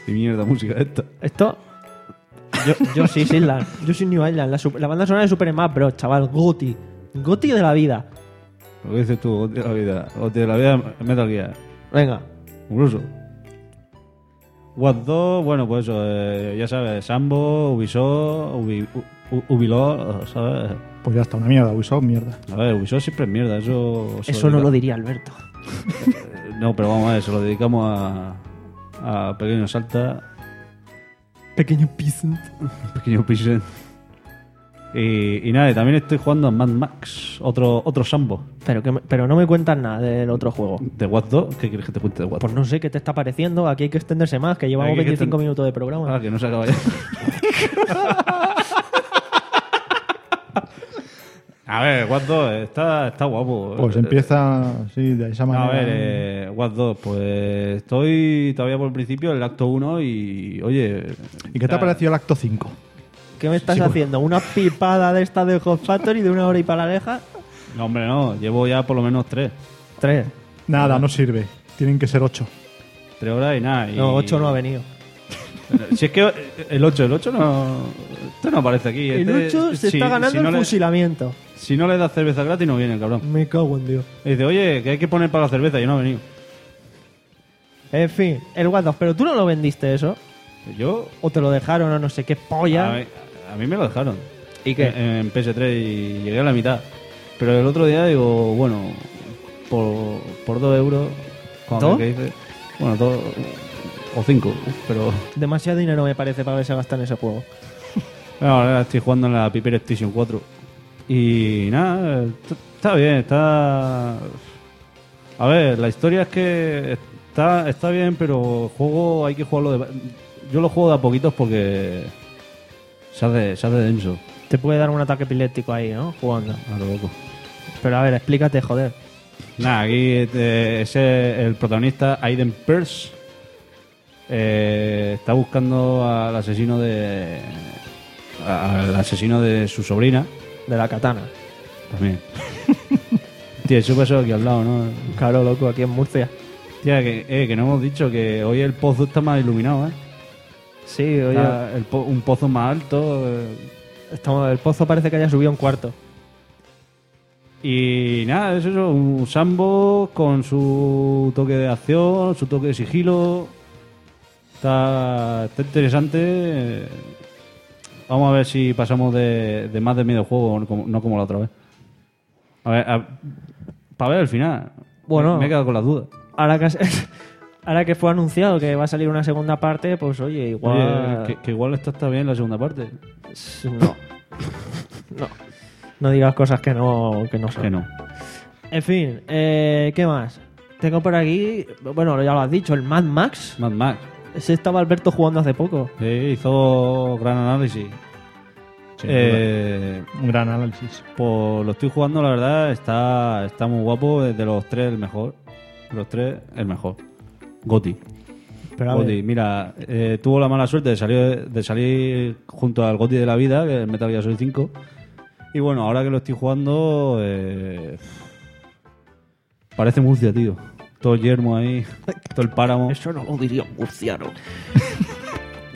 S2: Y mierda música esta.
S1: Esto. Yo, yo soy Island. Yo soy New Island. La, sup- la banda sonora de Super Smash Bros, chaval. Goti. Goti de la vida.
S2: Lo que dices tú, de la vida. O de la vida Metal Gear.
S1: Venga.
S2: Incluso. What 2, bueno, pues eso, eh, ya sabes, Sambo, Ubisoft, Ubi, U- U- Ubilor, ¿sabes?
S3: Pues ya está, una mierda, Ubisoft, mierda.
S2: A ver, Ubisoft siempre es mierda, eso...
S1: Eso no lo diría Alberto.
S2: digo. No, pero vamos a ver, se lo dedicamos a, a Pequeño Salta,
S1: Pequeño peasant.
S2: Pequeño Pigeon. Y, y nada, y también estoy jugando a Mad Max, otro, otro Sambo,
S1: Pero, que me- pero no me cuentas nada del otro juego.
S2: de What 2, ¿qué quieres que te cuente de What
S1: Pues no sé qué te está pareciendo. Aquí hay que extenderse más, que llevamos
S2: Aquí hay que
S1: 25
S2: extend-
S1: minutos de programa.
S2: Ah, que no se acaba ya. A ver, What 2 está, está guapo.
S3: Pues
S2: Eh,
S3: empieza así, de esa manera.
S2: A ver, eh, What 2, pues estoy todavía por el principio del acto 1 y, oye...
S3: ¿Y qué te ha parecido el acto 5?
S1: ¿Qué me estás haciendo? ¿Una pipada de esta de Hot Factory de una hora y para la leja?
S2: No, hombre, no. Llevo ya por lo menos 3.
S1: Tres.
S3: Nada, no sirve. Tienen que ser 8.
S2: 3 horas y nada. y-
S1: No, ocho no ha venido.
S2: Si es que eh, el 8, el 8 no... Este no aparece aquí.
S1: El
S2: este-
S1: 8 se
S2: si-
S1: está ganando
S2: si no
S1: el
S2: le-
S1: fusilamiento.
S2: Si no le das cerveza gratis no viene, el cabrón.
S1: Me cago en Dios.
S2: Y dice, oye, que hay que poner para la cerveza. Yo no he venido.
S1: En fin, el What 2. Pero tú no lo vendiste eso.
S2: Yo
S1: O te lo dejaron o no sé qué
S2: A
S1: polla.
S2: mí, a mí me lo dejaron.
S1: ¿Y qué?
S2: En, en PS3 y llegué a la mitad. Pero el otro día digo, bueno, por, por 2 euros. con
S1: ¿Dos?
S2: el que dice- bueno, 2 o 5. Pero
S1: Demasiado dinero me parece para haberse gastado en ese juego.
S2: bueno, ahora estoy jugando en la Piper Station 4. Y nada, est- está bien, está. A ver, la historia es que está, está bien, pero el juego hay que jugarlo de. Yo lo juego de a poquitos porque. Se hace, se hace denso,
S1: Te puede dar un ataque epiléptico ahí, ¿no? Jugando.
S2: a lo loco.
S1: Pero a ver, explícate, joder.
S2: Nada, aquí eh, ese, el protagonista, Aiden Pierce, eh, está buscando al asesino de. a- al asesino de su sobrina
S1: De la katana.
S2: también. Tío, eso pasó aquí al lado, ¿no?
S1: Claro, loco, aquí en Murcia.
S2: Tía, que, eh, que no hemos dicho que hoy el pozo está más iluminado, ¿eh?
S1: Sí, oye.
S2: Está el po- un pozo más alto. eh,
S1: Estamos, el pozo parece que haya subido un cuarto.
S2: Y nada, es eso, un sambo con su toque de acción, su toque de sigilo. Está, está interesante. eh. Vamos a ver si pasamos de, de más de medio juego, no como, no como la otra vez. A ver, para ver el final.
S1: Bueno.
S2: Me, me he quedado con las dudas.
S1: Ahora que, has- ahora que fue anunciado que va a salir una segunda parte, pues oye, igual.
S2: Oye, que, que igual esta está bien la segunda parte.
S1: No. no. No digas cosas que no, que no son.
S2: Que no.
S1: En fin, eh, ¿qué más? Tengo por aquí, bueno, ya lo has dicho, el Mad Max.
S2: Mad Max.
S1: Ese estaba Alberto jugando hace poco.
S2: Sí, hizo gran análisis. eh,
S3: Un gran análisis.
S2: Pues lo estoy jugando, la verdad, está, está muy guapo. De los tres, el mejor. De los tres, el mejor. Goti.
S1: Pero a
S2: Goti,
S1: ver,
S2: mira, eh, tuvo la mala suerte de salir, de salir junto al Goti de la vida, que es el Metal Gear Solid 5. Y bueno, ahora que lo estoy jugando, eh, parece Murcia, tío. Todo el yermo ahí, todo el páramo.
S1: eso no lo diría un murciano.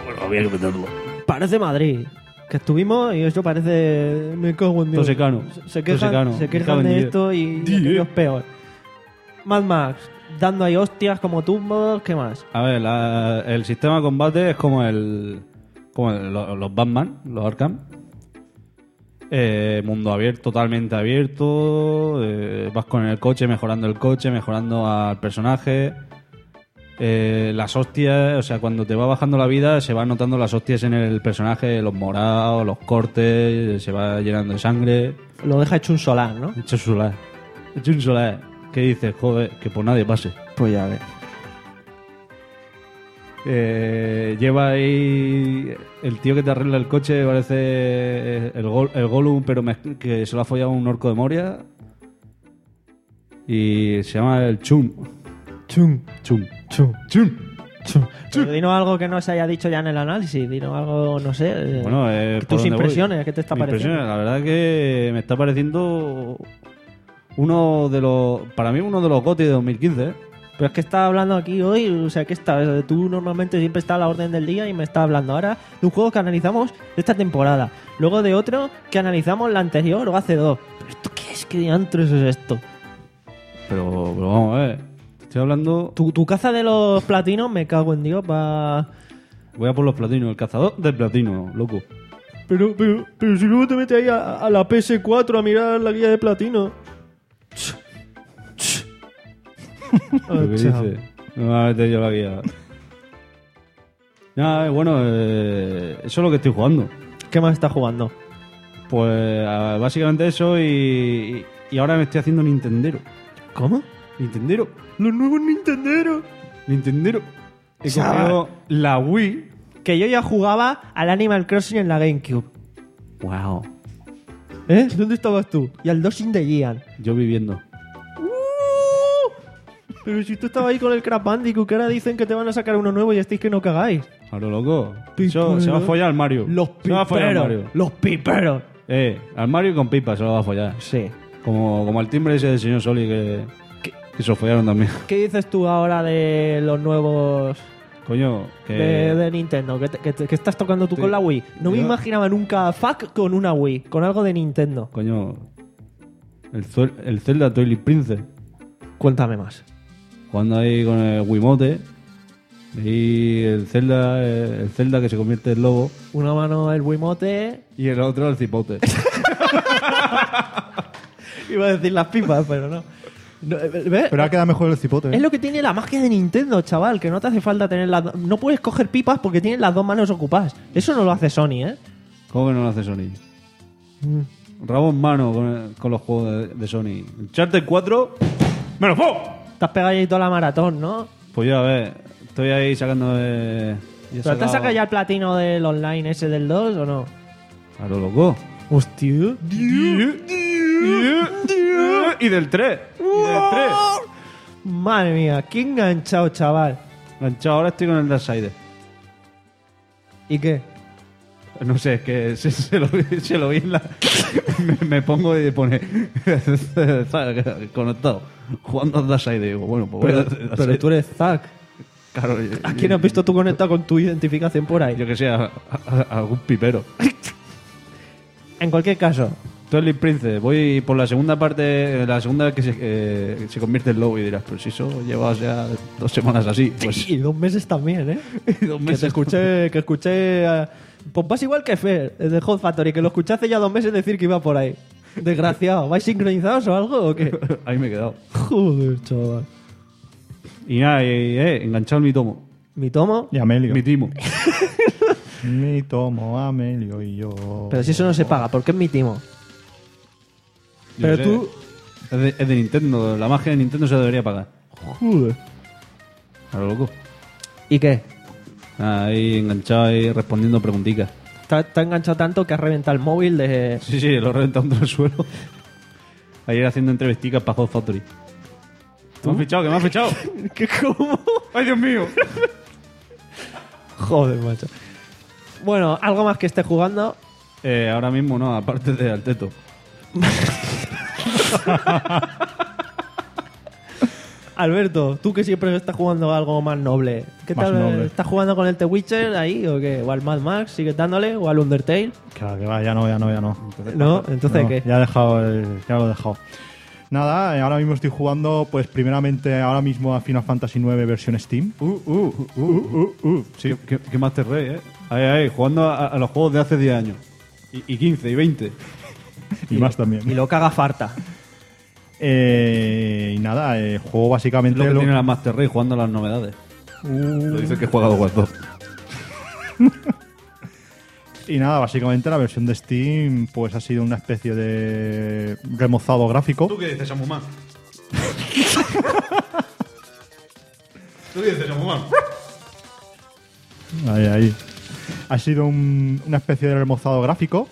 S1: bueno, había que meterlo. Parece Madrid. Que estuvimos y eso parece. Me cago en Dios.
S2: Tosecano.
S1: Se- Se quejan,
S2: Tosecano.
S1: se
S2: Me
S1: quejan
S2: cago en
S1: de
S2: Dios. eh.
S1: esto y aquello es peor. Mad Max, dando ahí hostias como tumbos, ¿qué más?
S2: A ver, la- el sistema de combate es como el. como el- lo- los Batman, los Arkham. Eh, mundo abierto, totalmente abierto. eh, vas con el coche, mejorando el coche, mejorando al personaje. Eh, las hostias, o sea, cuando te va bajando la vida, se van notando las hostias en el personaje, los morados, los cortes, se va llenando de sangre.
S1: Lo deja hecho un solar, ¿no?
S2: Hecho un solar. Hecho un solar. ¿Qué dices? Joder, que por nadie pase.
S1: Pues ya ver.
S2: Eh, lleva ahí el tío que te arregla el coche, parece eh, el, gol, el Gollum, pero mez- que se lo ha follado un orco de Moria. Y se llama el Chum.
S1: Chum,
S2: Chum.
S1: chum, chum. Pero dinos algo que no se haya dicho ya en el análisis, dinos algo, no sé. eh,
S2: Bueno, eh, ¿por
S1: tus
S2: dónde voy?
S1: impresiones, ¿qué te está
S2: Mis
S1: pareciendo?
S2: impresiones, La verdad que me está pareciendo uno de los. Para mí, uno de los gotis de 2015. ¿eh?
S1: Pero es que está hablando aquí hoy, o sea, que está, tú normalmente siempre estás a la orden del día y me estás hablando ahora de un juego que analizamos de esta temporada, luego de otro que analizamos la anterior o hace dos. ¿Pero esto qué es? ¿Qué diantres es esto?
S2: Pero, pero vamos a ver. Estoy hablando.
S1: Tu, tu caza de los platinos, me cago en Dios, va...
S2: Voy a por los platinos, el cazador de platino, loco.
S1: Pero, pero, pero si luego te metes ahí a, a la PS4 a mirar la guía de platino. Ah,
S2: Lo que
S1: chao.
S2: dice. Me voy a meter yo la guía. Nada, eh, bueno, eh, eso es lo que estoy jugando.
S1: ¿Qué más estás jugando?
S2: Pues ah, básicamente eso y, y ahora me estoy haciendo Nintendero.
S1: ¿Cómo?
S2: Nintendero. Los nuevos Nintendero. Nintendero. He
S1: Chaval.
S2: comprado la Wii.
S1: Que yo ya jugaba al Animal Crossing en la GameCube.
S2: Wow.
S1: ¿Eh? ¿Dónde estabas tú? Y al 2 in the Gian.
S2: Yo viviendo.
S1: Pero si tú estabas ahí con el Crap Bandicoot, que ahora dicen que te van a sacar uno nuevo y estáis que no cagáis.
S2: Ahora loco.
S1: Pi-
S2: Eso se va a follar al Mario.
S1: Los
S2: Se va a follar al
S1: piperos.
S2: Mario.
S1: Los piperos.
S2: Eh, al Mario con pipa se lo va a follar.
S1: Sí.
S2: Como, como el timbre ese del señor Soli que,
S1: ¿Qué?
S2: que se lo follaron también.
S1: ¿Qué dices tú ahora de los nuevos
S2: Coño, que.
S1: de, de Nintendo? Que, te- que te- que estás tocando tú
S2: Sí.
S1: con la Wii. No me
S2: Yo-
S1: imaginaba nunca Fuck con una Wii, con algo de Nintendo.
S2: Coño. El, Zuel- el Zelda Toilet Princess.
S1: Cuéntame más.
S2: Jugando ahí con el Wiimote. Y el Zelda, eh, el Zelda que se convierte en lobo.
S1: Una mano el Wiimote.
S2: Y el otro el cipote.
S1: Iba a decir las pipas, pero no. No, eh, ¿Ves?
S3: Pero ha quedado mejor el cipote.
S1: Es lo que tiene la magia de Nintendo, chaval, que no te hace falta tener las do- No puedes coger pipas porque tienes las dos manos ocupadas. Eso no lo hace Sony, ¿eh?
S2: ¿Cómo que no lo hace Sony?
S1: Mm.
S2: Rabo en mano con, el- con los juegos de, de Sony. Charter 4. ¡Me lo juego!
S1: Te has pegado ahí toda la maratón, ¿no?
S2: Pues yo, a ver. Estoy ahí sacando de. ya
S1: ¿Pero te
S2: he
S1: has
S2: sacado-
S1: sacado ya el platino del online ese del 2 o no?
S2: A lo loco.
S1: Hostia.
S2: Y del 3. Y del 3.
S1: Madre mía, qué enganchado, chaval.
S2: Enganchado, ahora estoy con el Darksider.
S1: ¿Y qué?
S2: No sé, es que se, se lo, vi- se lo vi en la... me, me pongo y pone... conectado. Jugando al Darksider. Digo, bueno, pues voy a Darksider.
S1: eres Zack.
S2: Claro, yo-
S1: ¿A quién has visto tú conectado con tu identificación por ahí?
S2: Yo que sé, a, a- a algún pipero.
S1: En cualquier caso,
S2: Twilight Princess, voy por la segunda parte, la segunda vez que se, eh, se convierte en lobo y dirás, pero si eso llevas ya dos semanas así, pues
S1: y dos meses también, ¿eh?
S2: dos
S1: que te
S2: meses.
S1: escuché, que escuché. eh, pues vas igual que Fer, eh, de Hot Factory, que lo escuché hace ya dos meses decir que iba por ahí. Desgraciado, ¿vais sincronizados o algo o qué?
S2: ahí me he quedado.
S1: Joder, chaval.
S2: Y nada, y- y, eh, enganchado en mi tomo.
S1: Mi tomo.
S3: ¿eh? Y Amelio.
S2: Mi
S3: Mi,
S2: timo.
S3: tomo, Amelio y yo.
S1: Pero si eso no se paga, ¿por qué es mi timo?
S2: Yo
S1: Pero
S2: sé.
S1: tú-
S2: Es de, es de Nintendo, la magia de Nintendo se debería pagar.
S1: Joder.
S2: A lo loco.
S1: ¿Y qué?
S2: Ahí enganchado, ahí respondiendo preguntitas.
S1: Está, está enganchado tanto que has reventado el móvil de.
S2: Sí, sí, lo he reventado contra el suelo. Ayer haciendo entrevisticas para Hot Factory. ¿Me han fichado? ¿Que me han fichado?
S1: ¿Qué cómo?
S2: ¡Ay, Dios mío!
S1: Joder, macho. Bueno, algo más que esté jugando.
S2: Eh, ahora mismo no, aparte de Alteto.
S1: Alberto, tú que siempre estás jugando algo más noble. ¿Qué
S3: Más
S1: tal? eh,
S3: noble.
S1: ¿Estás jugando con el The Witcher ahí o qué? ¿O al Mad Max? ¿Sigues dándole? ¿O al Undertale?
S3: Claro que va, ya no, ya no, ya no.
S1: ¿No? Entonces,
S3: No,
S1: ¿qué?
S3: Ya, he dejado el- ya lo he dejado. Nada, eh, ahora mismo estoy jugando, pues primeramente ahora mismo a Final Fantasy IX versión Steam.
S2: Uh, uh, uh, uh, uh, uh. Sí. Qué, qué- qué Master Rey, eh. Ahí, ahí, jugando a, a los juegos de hace 10 años. Y, y 15, y 20.
S3: Y, más también.
S1: Y lo caga farta.
S3: Eh, y nada, eh, juego
S2: Es
S3: básicamente...
S2: lo Uh. que
S3: lo-
S2: tiene la Master Rey jugando a las novedades. Lo dice que juega a Watch Dogs.
S3: Y nada, básicamente la versión de Steam pues ha sido una especie de remozado gráfico.
S2: qué dices, Samumán? ¿Tú qué dices, Samumán?
S3: Ahí, ahí. Ha sido un- una especie de remozado gráfico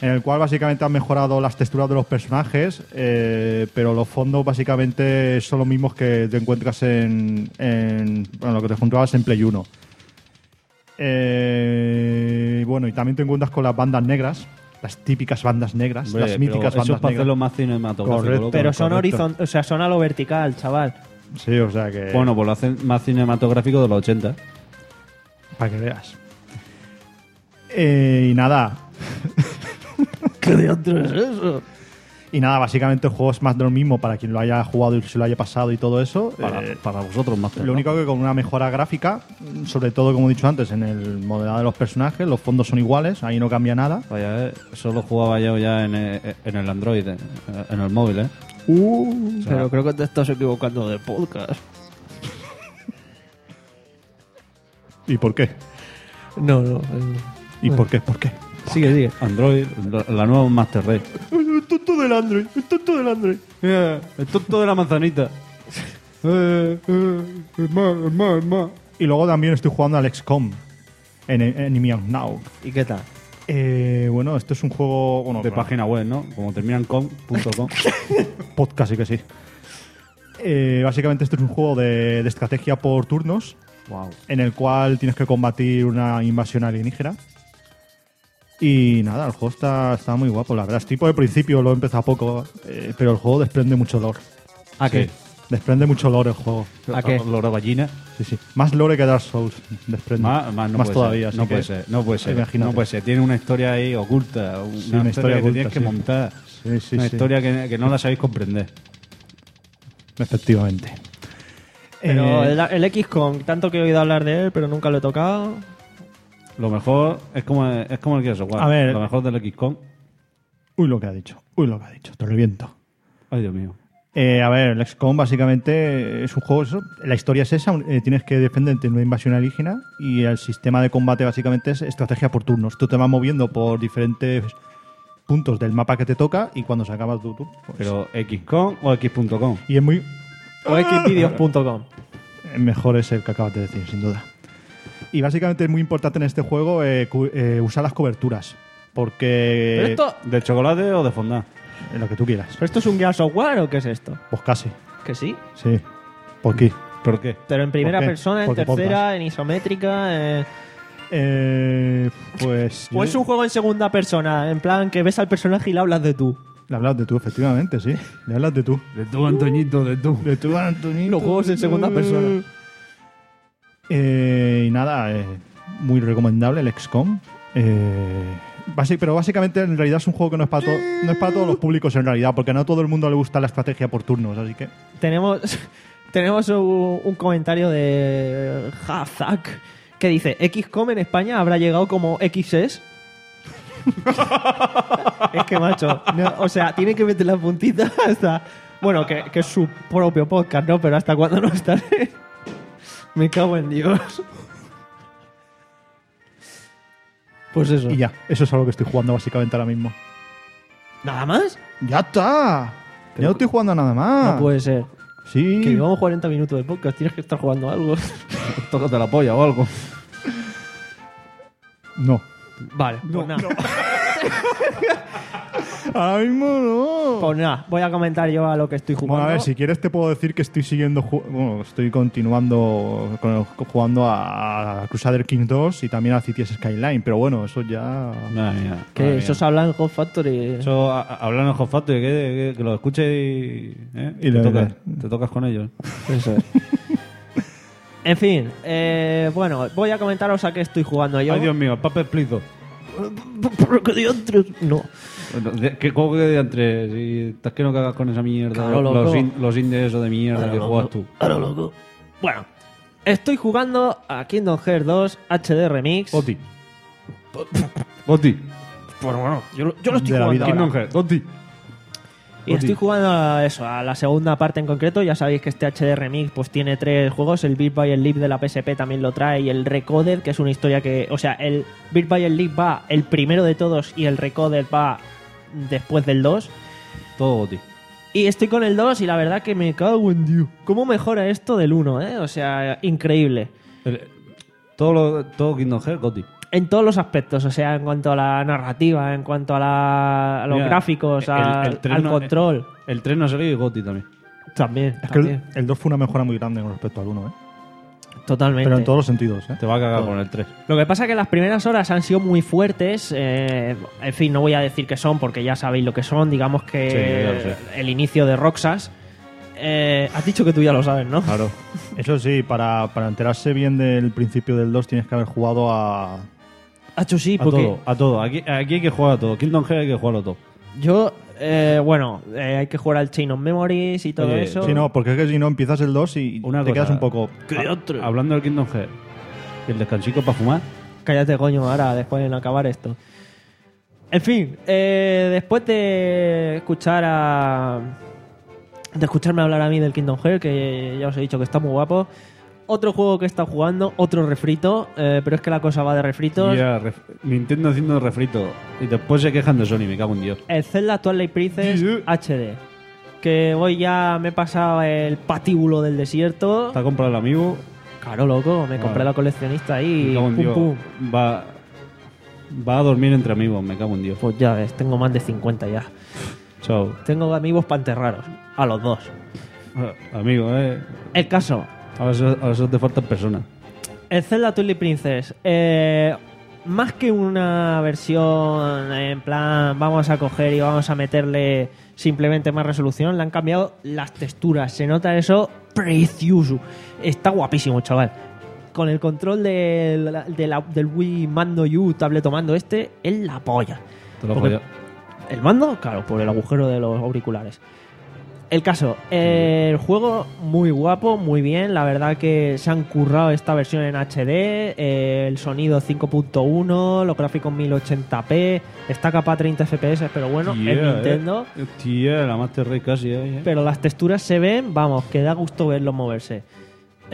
S3: en el cual básicamente han mejorado las texturas de los personajes, eh, pero los fondos básicamente son los mismos que te encuentras en, en- bueno, lo que te encontrabas en Play 1. Eh, y bueno, y también te encuentras con las bandas negras, las típicas bandas negras,
S2: Hombre,
S3: las
S2: pero
S3: míticas
S2: Eso es
S3: bandas
S2: para hacerlo
S3: negras.
S2: más cinematográfico.
S3: Correcto.
S2: loco.
S1: Pero son
S3: correcto.
S1: horizon, o sea, son a lo vertical, chaval.
S3: Sí, o sea que
S2: Bueno, pues lo hacen más cinematográfico de los 80.
S3: para que veas. Eh, y nada,
S1: ¿Qué diantres es eso?
S3: y nada, básicamente el juego es más de lo mismo para quien lo haya jugado y se lo haya pasado y todo eso.
S2: Para,
S3: Eh,
S2: para vosotros más
S3: Lo único que con una mejora gráfica, sobre todo como he dicho antes, en el modelado de los personajes, los fondos son iguales, ahí no cambia nada.
S2: Vaya, eh, solo jugaba yo ya en, eh, en el Android, eh, en el móvil, ¿eh?
S1: Pero creo que te estás equivocando del podcast.
S3: ¿Y por qué?
S1: No, no. eh.
S3: ¿Y por qué? ¿Por qué?
S1: Sigue, sigue.
S2: Android, la, la nueva Master Race.
S3: El tonto del Android, el tonto del Android.
S2: el tonto de la manzanita. Eh,
S3: Y luego también estoy jugando al XCOM, en en Enemy Now.
S1: ¿Y qué tal?
S3: Eh, bueno, esto es un juego bueno,
S2: de
S3: claro,
S2: página web, ¿no? Como terminan con punto com.
S3: podcast, sí que sí. Eh, básicamente esto es un juego de- de estrategia por turnos,
S2: wow.
S3: en el cual tienes que combatir una invasión alienígena. Y nada, el juego está, está muy guapo, la verdad. Es tipo de principio, lo he empezado poco, eh, pero el juego desprende mucho lore.
S2: ¿A qué?
S3: Desprende mucho lore el juego.
S2: ¿A qué? Loro gallina.
S3: Sí, sí. Más lore que Dark Souls, desprende.
S2: Más, más, no puede
S3: todavía,
S2: ser.
S3: así
S2: No
S3: que-
S2: puede ser, no puede ser.
S3: Imagínate.
S2: No puede ser. Tiene una historia ahí oculta. Una,
S3: una
S2: historia,
S3: historia
S2: que tienes
S3: oculta,
S2: que
S3: sí.
S2: montar.
S3: Sí, sí,
S2: una
S3: sí.
S2: historia que, que no la sabéis comprender.
S3: Efectivamente.
S1: Pero
S3: Eh,
S1: el, el XCOM, tanto que he oído hablar de él, pero nunca lo he tocado.
S2: Lo mejor es como, es como el Gears of War.
S3: A ver.
S2: Lo mejor del XCOM.
S3: Uy, lo que ha dicho. Uy, lo que ha dicho. Te reviento.
S2: Ay, Dios mío.
S3: Eh, a ver, el XCOM básicamente es un juego. eso, la historia es esa: un- eh, tienes que defenderte de una invasión alienígena y el sistema de combate básicamente es estrategia por turnos. Tú te vas moviendo por diferentes puntos del mapa que te toca y cuando se acaba tu turno. pues-
S2: Pero XCOM o X.com.
S3: y es muy.
S1: O xvideos.com.
S3: eh, Mejor es el que acabas de decir, sin duda. Y básicamente es muy importante en este juego eh, cu- eh, usar las coberturas. Porque.
S1: ¿Pero esto,
S2: Eh, ¿De chocolate o de fondant?
S3: eh, Lo que tú quieras.
S1: ¿Pero esto es un Gears of War o qué es esto?
S3: Pues casi,
S1: Que sí.
S3: sí. Por aquí.
S2: ¿Por qué?
S1: Pero en primera
S3: qué?
S1: persona, en
S3: Porque
S1: tercera,
S3: podcast.
S1: en isométrica. eh,
S3: Eh, pues.
S1: O es un juego en segunda persona, en plan que ves al personaje y le hablas de tú.
S3: Le hablas de tú, efectivamente, sí. Le hablas de tú.
S2: De tú, Antoñito, de tú.
S3: De tú, Antonio.
S1: Los juegos en segunda persona.
S3: Eh, y nada, eh, muy recomendable el XCOM. Eh, basi- pero básicamente en realidad es un juego que no es, para to- no es para todos los públicos en realidad, porque no a todo el mundo le gusta la estrategia por turnos, así que...
S1: Tenemos, tenemos un, un comentario de Hazak que dice: XCOM en España habrá llegado como XS. es que, macho, no, o sea, tiene que meter la puntita hasta. Bueno, que, que es su propio podcast, ¿no? Pero hasta cuándo no estaré. Me cago en Dios. Pues eso.
S3: Y ya, eso es algo que estoy jugando básicamente ahora mismo.
S1: ¿Nada más?
S3: ¡Ya está! Ya no estoy jugando a nada más.
S1: No puede ser.
S3: Ah. Sí.
S1: Que llevamos 40 minutos de podcast, tienes que estar jugando algo.
S2: Tócate la polla o algo.
S3: No.
S1: Vale, pues nada.
S3: Ahora mismo no.
S1: Pues nada, voy a comentar yo a lo que estoy jugando.
S3: Bueno, a ver, si quieres te puedo decir que estoy siguiendo, ju- bueno, estoy continuando con el- jugando a, a Crusader King 2 y también a Cities Skyline, pero bueno, eso ya...
S2: Madre mía.
S1: Que
S2: madre
S1: eso
S3: ¿eh?
S2: mía.
S1: se habla en Hot Factory.
S2: Eso a- a- hablan en Jofato y que, que- que lo escuches y, ¿eh?
S3: Y
S2: te,
S3: le-
S2: tocas, te tocas con ellos.
S1: Eso es. en fin, eh, bueno, voy a comentaros a qué estoy jugando yo.
S2: Ay, Dios mío, el Paper Please 2.
S1: Pero que diantres. No.
S2: Bueno, de- ¿Qué juego que de entre? Si estás que no cagas con esa mierda.
S1: Claro,
S2: los-
S1: loco.
S2: los, in- los indies esos de mierda que juegas tú.
S1: Ahora loco. Bueno, estoy jugando a Kingdom Hearts 2 HD Remix.
S2: Goti. Goti.
S1: Bueno, Pues bueno, yo, lo- yo lo estoy
S3: De la
S1: jugando.
S3: vida.
S1: ahora.
S2: Kingdom Hearts. Goti.
S1: Y estoy jugando a eso, a la segunda parte en concreto. Ya sabéis que este HD Remix pues tiene tres juegos. El Beat by el Leap de la PSP también lo trae. Y el Recoded, que es una historia que... O sea, el Beat by el Leap va el primero de todos y el Recoded va después del 2.
S2: Todo Goti.
S1: Y estoy con el 2 y la verdad que me cago en Dios. ¿Cómo mejora esto del 1, eh? O sea, increíble.
S2: El- todo, lo- todo Kingdom Hearts, Goti.
S1: En todos los aspectos, o sea, en cuanto a la narrativa, en cuanto a, la- a los
S2: Mira,
S1: gráficos,
S2: el-
S1: al-
S2: el tren
S1: al
S2: no-
S1: control.
S2: El, tren no ha salido y Gotti también.
S1: También,
S3: eh, Es que el,
S1: también.
S3: el 2 fue una mejora muy grande con respecto al 1, ¿eh?
S1: totalmente.
S3: Pero en todos los sentidos, ¿eh?
S2: Te va a cagar con el 3.
S1: Lo que pasa es que las primeras horas han sido muy fuertes. eh, en fin, no voy a decir qué son porque ya sabéis lo que son. Digamos que
S2: Sí, yo ya lo
S1: el inicio de Roxas. Eh, has dicho que tú ya lo sabes, ¿no?
S2: Claro.
S3: Eso sí, para, para enterarse bien del principio del 2 tienes que haber jugado a...
S1: Hacho sí,
S2: A
S1: porque
S2: todo, a todo. Aquí, aquí hay que jugar a todo. Kingdom Hearts hay que jugarlo todo.
S1: yo, eh, bueno, eh, hay que jugar al Chain of Memories y todo
S2: Oye,
S1: eso.
S3: Sí, no, porque es que si no empiezas el 2 y
S2: Una
S3: te
S2: cosa.
S3: quedas un poco...
S1: ¿Qué otro?
S2: Hablando del Kingdom Hearts, el descansico para fumar.
S1: Cállate, coño, ahora, después de acabar esto. En fin, eh, después de escuchar a. de escucharme hablar a mí del Kingdom Hearts, que ya os he dicho que está muy guapo. Otro juego que he estado jugando, otro refrito, eh, pero es que la cosa va de refritos.
S2: Ya, ref- Nintendo haciendo refrito. Y después se quejan de Sony, me cago en Dios.
S1: El Zelda Twilight Princess
S2: Yeah.
S1: HD. Que hoy ya me he pasado el patíbulo del desierto.
S2: Está comprado el amigo.
S1: Claro, loco, me compré
S2: Vale.
S1: la coleccionista ahí.
S2: me
S1: y
S2: cago en
S1: Pum,
S2: Dios.
S1: pum.
S2: Va, va a dormir entre amigos, me cago en Dios.
S1: Pues ya ves, tengo más de 50 ya.
S2: Chao.
S1: Tengo amigos para enterraros. A los dos.
S2: Ah, Amigo, eh.
S1: El caso,
S2: Ahora solo, ahora solo te faltan personas.
S1: el Zelda Twilight Princess, eh, más que una versión en plan vamos a coger y vamos a meterle simplemente más resolución, le han cambiado las texturas, se nota eso precioso. Está guapísimo, chaval. Con el control del, de la- del Wii Mando U, tableto mando este, es la polla.
S2: Te lo
S1: Porque-
S2: follas.
S1: ¿El mando? Claro, por el agujero de los auriculares. El caso, eh, el juego muy guapo, muy bien. La verdad que se han currado esta versión en HD, eh, el sonido 5.1, los gráficos 1080p, está capa 30 FPS, pero bueno,
S2: Tía,
S1: es
S2: eh.
S1: Nintendo.
S2: Tía, la Master Race casi, eh.
S1: Pero las texturas se ven, vamos, que da gusto verlos moverse.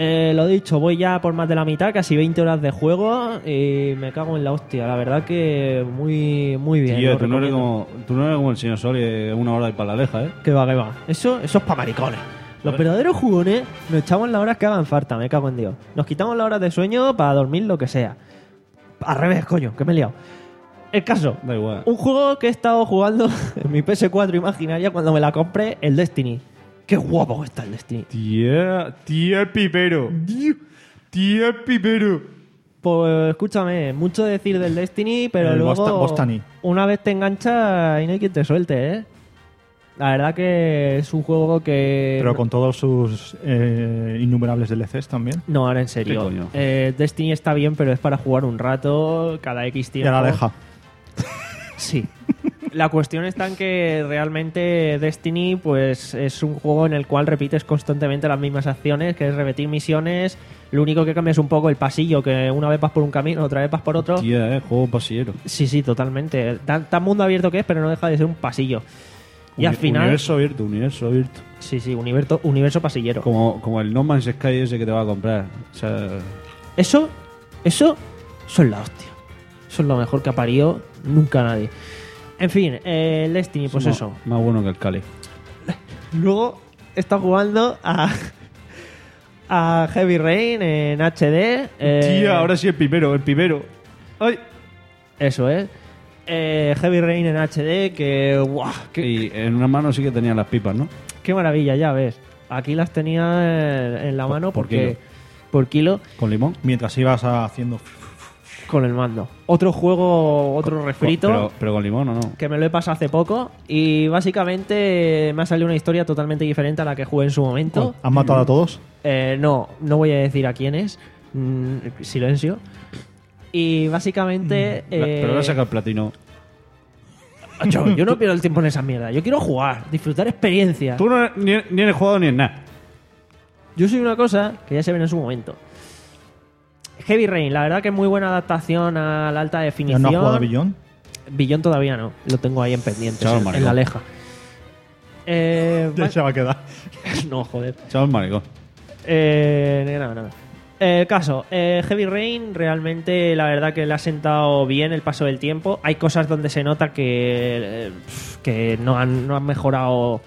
S1: Eh, lo dicho, voy ya por más de la mitad, casi 20 horas de juego y me cago en la hostia. La verdad que muy, muy bien.
S2: Tía,
S1: lo
S2: tú no, eres
S1: recomiendo.
S2: como, tú no eres como el señor Soli, eh, una hora y para la aleja, eh.
S1: Que va, que va. Eso, eso es para maricones. Los verdaderos jugones nos echamos las horas que hagan falta, me cago en Dios. Nos quitamos las horas de sueño para dormir lo que sea. Al revés, coño, que me he liado. El caso,
S2: Da igual.
S1: un juego que he estado jugando en mi PS4 imaginaria cuando me la compré, el Destiny. Qué guapo está el Destiny.
S2: Tía, tía el pipero. Tía el pipero.
S1: Pues escúchame, mucho decir del Destiny, pero
S3: El
S1: luego
S3: Bosta- Bostani.
S1: una vez te engancha y no hay quien te suelte, ¿eh? La verdad que es un juego que...
S3: Pero con todos sus eh, innumerables DLCs también.
S1: No, ahora en
S2: ¿Qué
S1: serio.
S2: coño?
S1: Eh, Destiny está bien, pero es para jugar un rato, cada X
S3: Y
S1: tiempo.
S3: a la aleja.
S1: Sí. La cuestión está en que realmente Destiny pues es un juego en el cual repites constantemente las mismas acciones, que es repetir misiones. Lo único que cambia es un poco el pasillo, que una vez vas por un camino, otra vez vas por otro.
S2: Tía, eh, juego pasillero.
S1: Sí, sí, totalmente. Tan, tan mundo abierto que es, pero no deja de ser un pasillo. Y al
S2: Uni-
S1: final...
S2: Universo abierto, universo abierto.
S1: Sí, sí, universo, universo pasillero.
S2: Como, como el No Man's Sky ese que te va a comprar. O sea,
S1: Eso, eso son la hostia. Eso es lo mejor que ha parido nunca nadie. En fin, eh, el Destiny, pues
S2: más-
S1: eso.
S2: Más bueno que el Cali.
S1: Luego está jugando a, a Heavy Rain en HD. eh,
S2: Tía, ahora sí el pipero, el pipero. Ay.
S1: Eso es. Eh, Heavy Rain en HD, que. ¡Guau! Qué,
S2: Y en una mano sí que tenía las pipas, ¿no?
S1: qué maravilla, ya ves. Aquí las tenía en, en la
S2: Por-
S1: mano
S2: por
S1: porque.
S2: kilo.
S1: Por kilo
S2: Con limón.
S3: Mientras ibas haciendo...
S1: con el mando. Otro juego, otro refrito.
S2: Pero, pero con limón o no.
S1: que me lo he pasado hace poco y básicamente me ha salido una historia totalmente diferente a la que jugué en su momento.
S2: Oh.
S3: ¿Has matado a todos?
S1: Eh, no, no voy a decir a quién es. Mm, silencio. Y básicamente...
S2: Mm, La-
S1: eh,
S2: Pero ahora saca el platino.
S1: Yo, yo no pierdo el tiempo en esa mierda. Yo quiero jugar, disfrutar experiencia.
S2: Tú no, ni, ni eres jugador ni en nada.
S1: Yo soy una cosa que ya se ve en su momento. Heavy Rain, la verdad que es muy buena adaptación a la alta
S3: ¿Ya
S1: definición.
S3: no has jugado a Billón?
S1: Billón todavía no, lo tengo ahí en pendiente,
S2: Chao,
S1: en
S2: maricón.
S1: la leja. Eh,
S3: Ya se va a quedar.
S1: no, joder.
S2: Chaval maricón.
S1: Eh, nada, nada. El caso, eh, Heavy Rain realmente la verdad que le ha sentado bien el paso del tiempo. Hay cosas donde se nota que, eh, pf, que no, han, no han mejorado,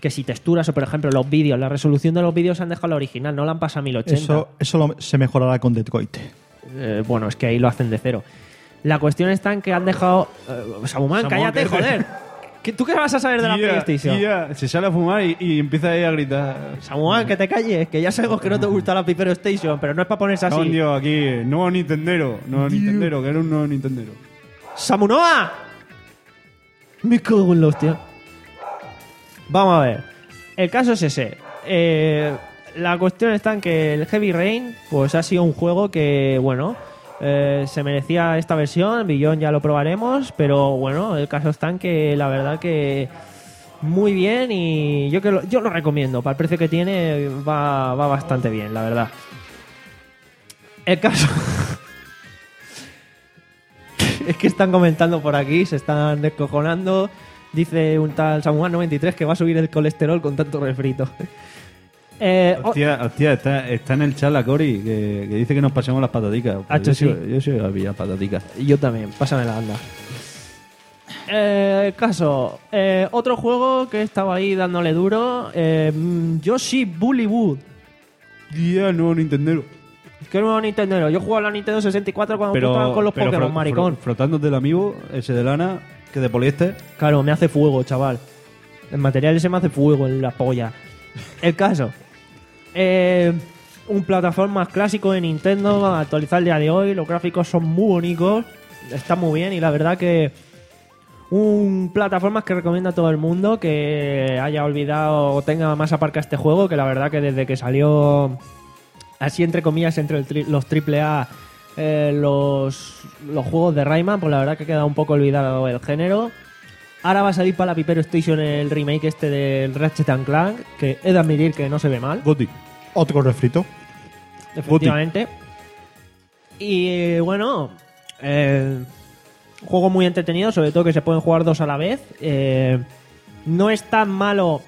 S1: que si texturas o por ejemplo los vídeos, la resolución de los vídeos se han dejado la original, no la han pasado a 1080.
S3: Eso, eso lo- se mejorará con Detroit.
S1: Eh, bueno, es que ahí lo hacen de cero. La cuestión está en que han dejado. eh, Samuman,
S2: Samuman,
S1: cállate,
S2: que-
S1: joder. ¿Qué- ¿Tú qué vas a saber de la
S2: Tía,
S1: PlayStation?
S2: tía, se sale a fumar y, y empieza ahí a gritar.
S1: Samuán, que te calles, que ya sabemos que no te gusta la Pipero Station, pero no es para ponerse
S2: No,
S1: así.
S2: tío, aquí, eh, nuevo Nintendero. Nuevo Nintendero, que era un nuevo Nintendero.
S1: ¡Samunoa! Me cago en la hostia. Vamos a ver. El caso es ese. Eh, la cuestión está en que el Heavy Rain pues ha sido un juego que, bueno, eh, se merecía esta versión. Billón ya lo probaremos, pero bueno, el caso está en que la verdad que muy bien y yo, que lo, yo lo recomiendo. Para el precio que tiene va, va bastante bien, la verdad. El caso... Es que están comentando por aquí, se están descojonando. Dice un tal Samuel 93 que va a subir el colesterol con tanto refrito. Eh, o-
S2: Hostia, hostia, está, está en el chat la Cori, que, que dice que nos pasemos las pataticas. Pues
S1: Hacho,
S2: yo,
S1: sí.
S2: soy- yo soy había pataticas.
S1: yo también, pásame la banda. Eh, caso, eh, otro juego que estaba ahí dándole duro, eh, mm, Yoshi Bully Wood.
S2: Tía, nuevo Nintendero.
S1: Que nuevo Nintendo. Yo jugaba a la Nintendo 64 cuando
S2: Pero,
S1: putaban con los
S2: pero
S1: Pokémon,
S2: fro-
S1: maricón.
S2: fro- frotándote el amigo, ese de lana, que de poliéster.
S1: Claro, me hace fuego, chaval. El material ese me hace fuego en la polla. El caso. Eh, un plataforma clásico de Nintendo, actualizar el día de hoy. Los gráficos son muy bonitos. Está muy bien y la verdad que... Un plataformas que recomienda a todo el mundo que haya olvidado o tenga más aparca este juego, que la verdad que desde que salió así entre comillas entre el tri- los triple A eh, los, los juegos de Rayman, pues la verdad que queda un poco olvidado el género. Ahora va a salir para la Pipero Station el remake este del Ratchet and Clank, que he de admitir que no se ve mal,
S2: Goti.
S3: Otro refrito.
S1: efectivamente. Y eh, bueno, eh, un juego muy entretenido, sobre todo que se pueden jugar dos a la vez. Eh, no es tan malo.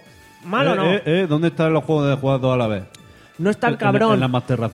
S1: Malo
S2: Eh,
S1: Ah, no.
S2: eh, eh, ¿Dónde están los juegos de jugar dos a la vez?
S1: no es
S2: En-
S1: tan
S2: en-
S1: cabrón.
S2: En, las más terrazas.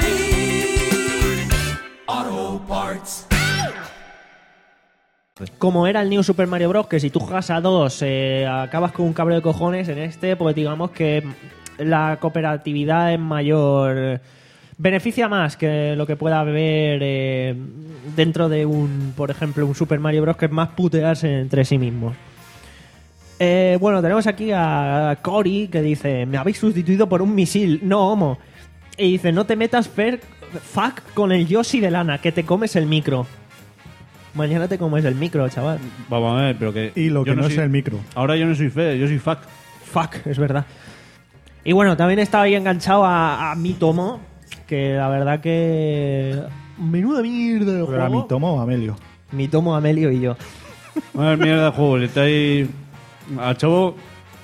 S1: como era el New Super Mario Bros. que si tú juegas a dos eh, acabas con un cabreo de cojones en este, pues digamos que la cooperatividad es mayor. Beneficia más que lo que pueda haber eh, dentro de un, por ejemplo, un Super Mario Bros. que es más putearse entre sí mismos. Eh, bueno, tenemos aquí a Cory que dice: Me habéis sustituido por un misil, no homo. Y dice: No te metas, Fer, fuck, con el Yoshi de lana, que te comes el micro. Mañana te comes el micro, chaval.
S2: Vamos a ver, pero que.
S3: Y lo
S2: yo
S3: que no, es
S2: soy-
S3: el micro.
S2: Ahora yo no soy fe, yo soy fuck.
S1: Fuck, es verdad. Y bueno, también estaba ahí enganchado a, a mi tomo, que la verdad que. Menuda mierda de
S3: ¿Era mi
S1: juego.
S3: tomo o Amelio?
S1: Mi tomo, Amelio y yo.
S2: Madre mierda de juego, le estáis. Al chavo.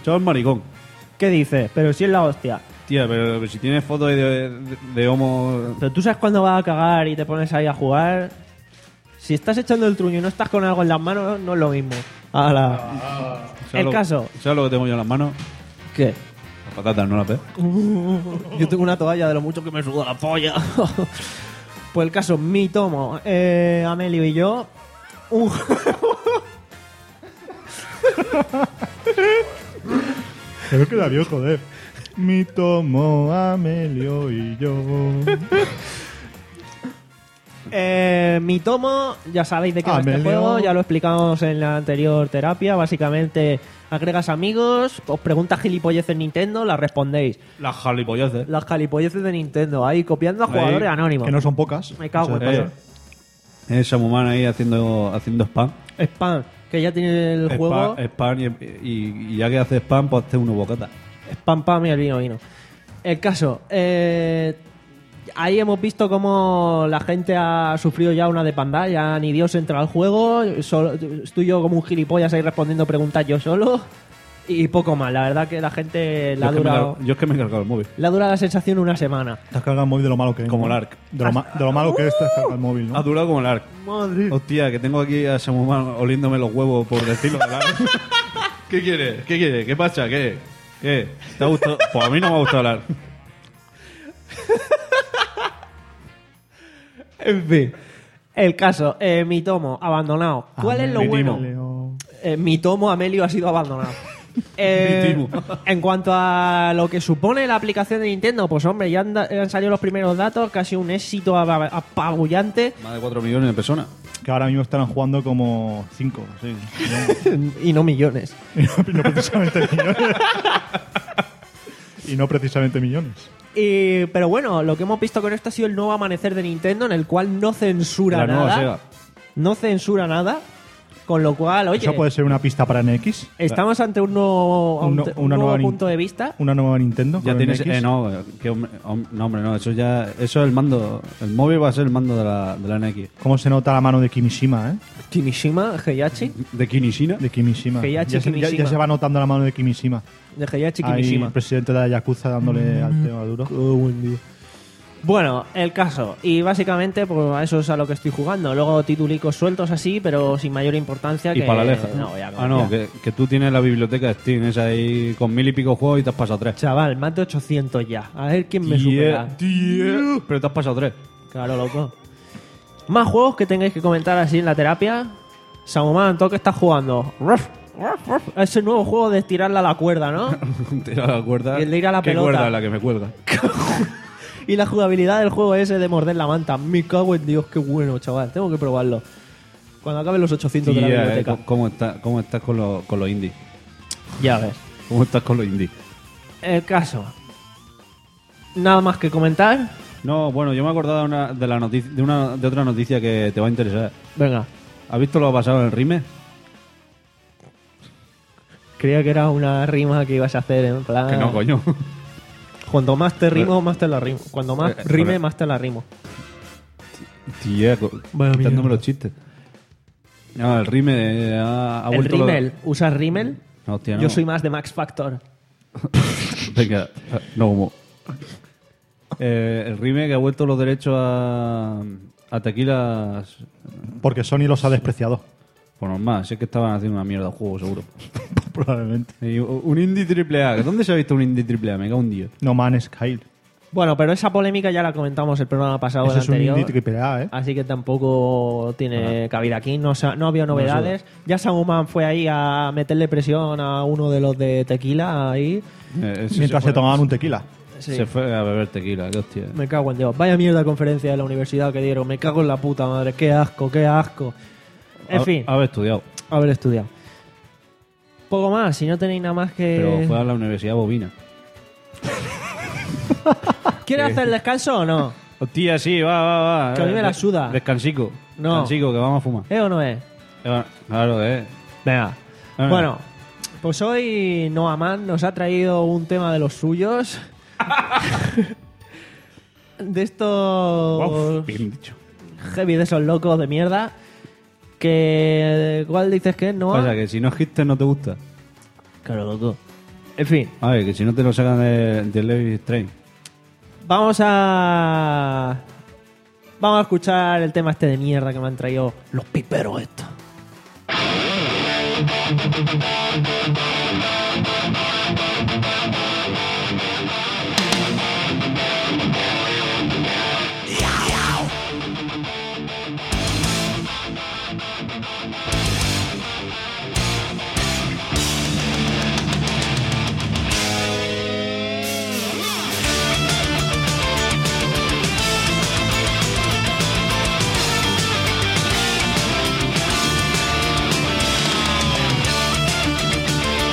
S2: Chavo es maricón.
S1: ¿Qué dices? Pero si es la hostia.
S2: Tía, pero si tienes fotos ahí de, de, de homo.
S1: Pero tú sabes cuándo vas a cagar y te pones ahí a jugar. Si estás echando el truño y no estás con algo en las manos, no es lo mismo. Ahora,
S2: ¿sabes
S1: El
S2: lo-
S1: caso.
S2: ¿Sabes lo que tengo yo en las manos?
S1: ¿qué?
S2: Las patatas, no las ves.
S1: Yo tengo una toalla de lo mucho que me suda la polla. pues el caso, mi tomo, eh, Amelio y yo, un
S3: Creo que la vio, joder. Mi tomo, Amelio y yo.
S1: Eh, mi tomo, ya sabéis de qué
S2: Ah,
S1: va este
S3: Amelio.
S1: juego, ya lo explicamos en la anterior terapia. Básicamente, agregas amigos, os preguntas gilipolleces Nintendo, las respondéis.
S2: Las jalipolleces.
S1: Las gilipolleces de Nintendo, ahí copiando a
S2: Ahí,
S1: jugadores anónimos.
S3: Que no son pocas.
S1: Me cago en
S2: Eh, Esa mumana ahí haciendo, haciendo spam.
S1: Spam. que ya tiene el
S2: Spam-
S1: juego.
S2: spam y, y- y ya que hace spam, pues hace uno bocata.
S1: Pam pam y el vino vino. El caso, eh, ahí hemos visto cómo la gente ha sufrido ya una depandada, ya ni Dios entra al juego, solo- estoy yo como un gilipollas ahí respondiendo preguntas yo solo y poco más. La verdad que la gente la ha
S2: yo, es que me he
S1: durado,
S2: car- yo es que me he cargado el móvil.
S1: la ha durado la sensación una semana.
S3: Te has cargado el móvil de lo malo que es.
S2: Como
S3: ¿no?
S2: el Ark.
S3: De lo,
S1: Ah,
S3: ma- de lo malo que es, te has
S1: uh,
S3: cargado el móvil,
S2: Ha
S3: ¿no?
S2: durado como el arc.
S1: Madre.
S2: Hostia, que tengo aquí a Samuel oliéndome los huevos por decirlo del arc. ¿Qué quieres? ¿Qué quieres? ¿Qué pasa? ¿Qué? ¿Qué? ¿Te ha gustado? Pues a mí no me ha gustado el arc.
S1: En fin. El caso, eh, mi tomo, abandonado. ¿Cuál es lo
S2: Ah, mi
S1: bueno?
S2: timo.
S1: Eh, mi tomo Amelio ha sido abandonado. Eh,
S2: Mi timo.
S1: en cuanto a lo que supone la aplicación de Nintendo, pues hombre, ya han, da- han salido los primeros datos, casi un éxito aba- apabullante
S2: Más de 4 millones de personas.
S3: Que ahora mismo estarán jugando como 5, sí.
S1: y no millones.
S3: Y no, y no precisamente millones. y no precisamente millones.
S1: Y- pero bueno, lo que hemos visto con esto ha sido el nuevo amanecer de Nintendo, en el cual no censura
S2: La nueva
S1: nada.
S2: Sega.
S1: No censura nada, con lo cual, oye,
S3: Eso puede ser una pista para NX.
S1: estamos ante un nuevo,
S3: Un no-
S1: ante un
S3: una
S1: nuevo
S3: nueva Nin-
S1: punto de vista.
S3: Una nueva Nintendo.
S2: Ya
S3: con
S2: tienes.
S3: NX.
S2: Eh, no, que hombre- hom- no, hombre, no. Eso ya. Eso es el mando. El móvil va a ser el mando de la, de la NX.
S3: ¿Cómo se nota la mano de Kimishima, eh?
S1: Kimishima, Heihachi,
S2: De Kinishina.
S3: De Kimishima.
S1: Heihachi
S3: ya, se, ya- ya
S1: Kimishima.
S3: se va notando la mano de Kimishima.
S1: de Heihachi
S3: Ahí,
S1: Kimishima. Mm.
S3: el presidente de la Yakuza dándole al tema duro.
S1: Bueno, el caso. Y básicamente, pues a eso es a lo que estoy jugando. Luego titulicos sueltos así, pero sin mayor importancia
S2: Y
S1: que...
S2: para la leja.
S1: No, ya,
S2: ah, no,
S1: ya.
S2: que, que tú tienes la biblioteca de Steam, esa ahí con mil y pico juegos y te has pasado tres.
S1: Chaval, más de 800 ya. A ver quién me
S2: Die-
S1: supera.
S2: die- Pero te has pasado tres.
S1: Claro, loco. Más juegos que tengáis que comentar así en la terapia. Samuman, ¿tú qué estás jugando? Ruff, ruff, ruff. Es el nuevo juego de tirarla a la cuerda, ¿no?
S2: Tira la cuerda.
S1: Y el de ir a la
S2: ¿Qué
S1: pelota.
S2: cuerda es la que me cuelga?
S1: y la jugabilidad del juego ese de morder la manta. Me cago en Dios, qué bueno, chaval. Tengo que probarlo. Cuando acaben los 800 de la
S2: Die-
S1: biblioteca.
S2: eh, ¿Cómo estás cómo estás con, los- con los indies?
S1: Ya ves.
S2: ¿Cómo estás con los indies?
S1: El caso. Nada más que comentar.
S2: No, bueno, yo me he acordado de, una, de, la noticia, de, una, de otra noticia que te va a interesar.
S1: Venga.
S2: ¿Has visto lo pasado en el Rime?
S1: Creía que era una rima que ibas a hacer en plan.
S2: Que no, coño.
S1: Cuanto más te rimo, más te la rimo. Cuando más
S2: Eh, eh,
S1: rime,
S2: pero-
S1: más te la rimo.
S2: Tía, co-
S1: Vaya
S2: quitándome
S1: mierda.
S2: los chistes. No, el Rime eh, ha, ha
S1: el
S2: vuelto... lo-
S1: rimel. ¿Usas rimel?
S2: No, hostia, no.
S1: Yo soy más de Max Factor.
S2: Venga, no humo. Eh, el Rime que ha vuelto los derechos a, a tequilas...
S3: Porque Sony los ha despreciado.
S2: Por normal, si es que estaban haciendo una mierda de juego, seguro.
S3: Probablemente.
S2: Y u- un indie triple A. ¿Dónde se ha visto un indie triple A? Me cago un día.
S3: No Man's Sky.
S1: Bueno, pero esa polémica ya la comentamos el programa pasado
S3: Ese
S1: el
S3: es un
S1: anterior. Ah,
S3: indie triple A, ¿eh?
S1: Así que tampoco tiene cabida aquí. No, sa- no había novedades. ya Samuman fue ahí a meterle presión a uno de los de tequila ahí.
S2: Eh, sí,
S3: Mientras
S2: se
S3: se
S2: fue-
S3: tomaban un tequila.
S1: Sí.
S2: Se fue a beber tequila, qué hostia.
S1: Me cago en Dios. Vaya mierda de conferencia de la universidad que dieron. Me cago en la puta madre. Qué asco, qué asco. En
S2: Ha-
S1: fin,
S2: Haber estudiado.
S1: haber estudiado. Poco más, si no tenéis nada más
S2: Pero
S1: que.
S2: fue a la Universidad Bovina.
S1: ¿Quieres hacer el descanso o no?
S2: Hostia, sí, va, va, va.
S1: Que a mí me la
S2: Eh,
S1: suda.
S2: Descansico.
S1: No.
S2: Descansico, que vamos a fumar.
S1: ¿Eh o no es?
S2: Eh, va- Claro, eh.
S1: Venga.
S2: Venga.
S1: Bueno, pues hoy Noaman nos ha traído un tema de los suyos. de estos
S2: Bien dicho.
S1: heavy, de esos locos de mierda. Que. ¿Cuál dices que es, Noah?
S2: Pasa que si no es hipster no te gusta.
S1: Claro, loco. En fin.
S2: A ver, que si no te lo sacan de- del Levi's Train.
S1: Vamos a. Vamos a escuchar el tema este de mierda que me han traído los piperos estos.
S5: Thank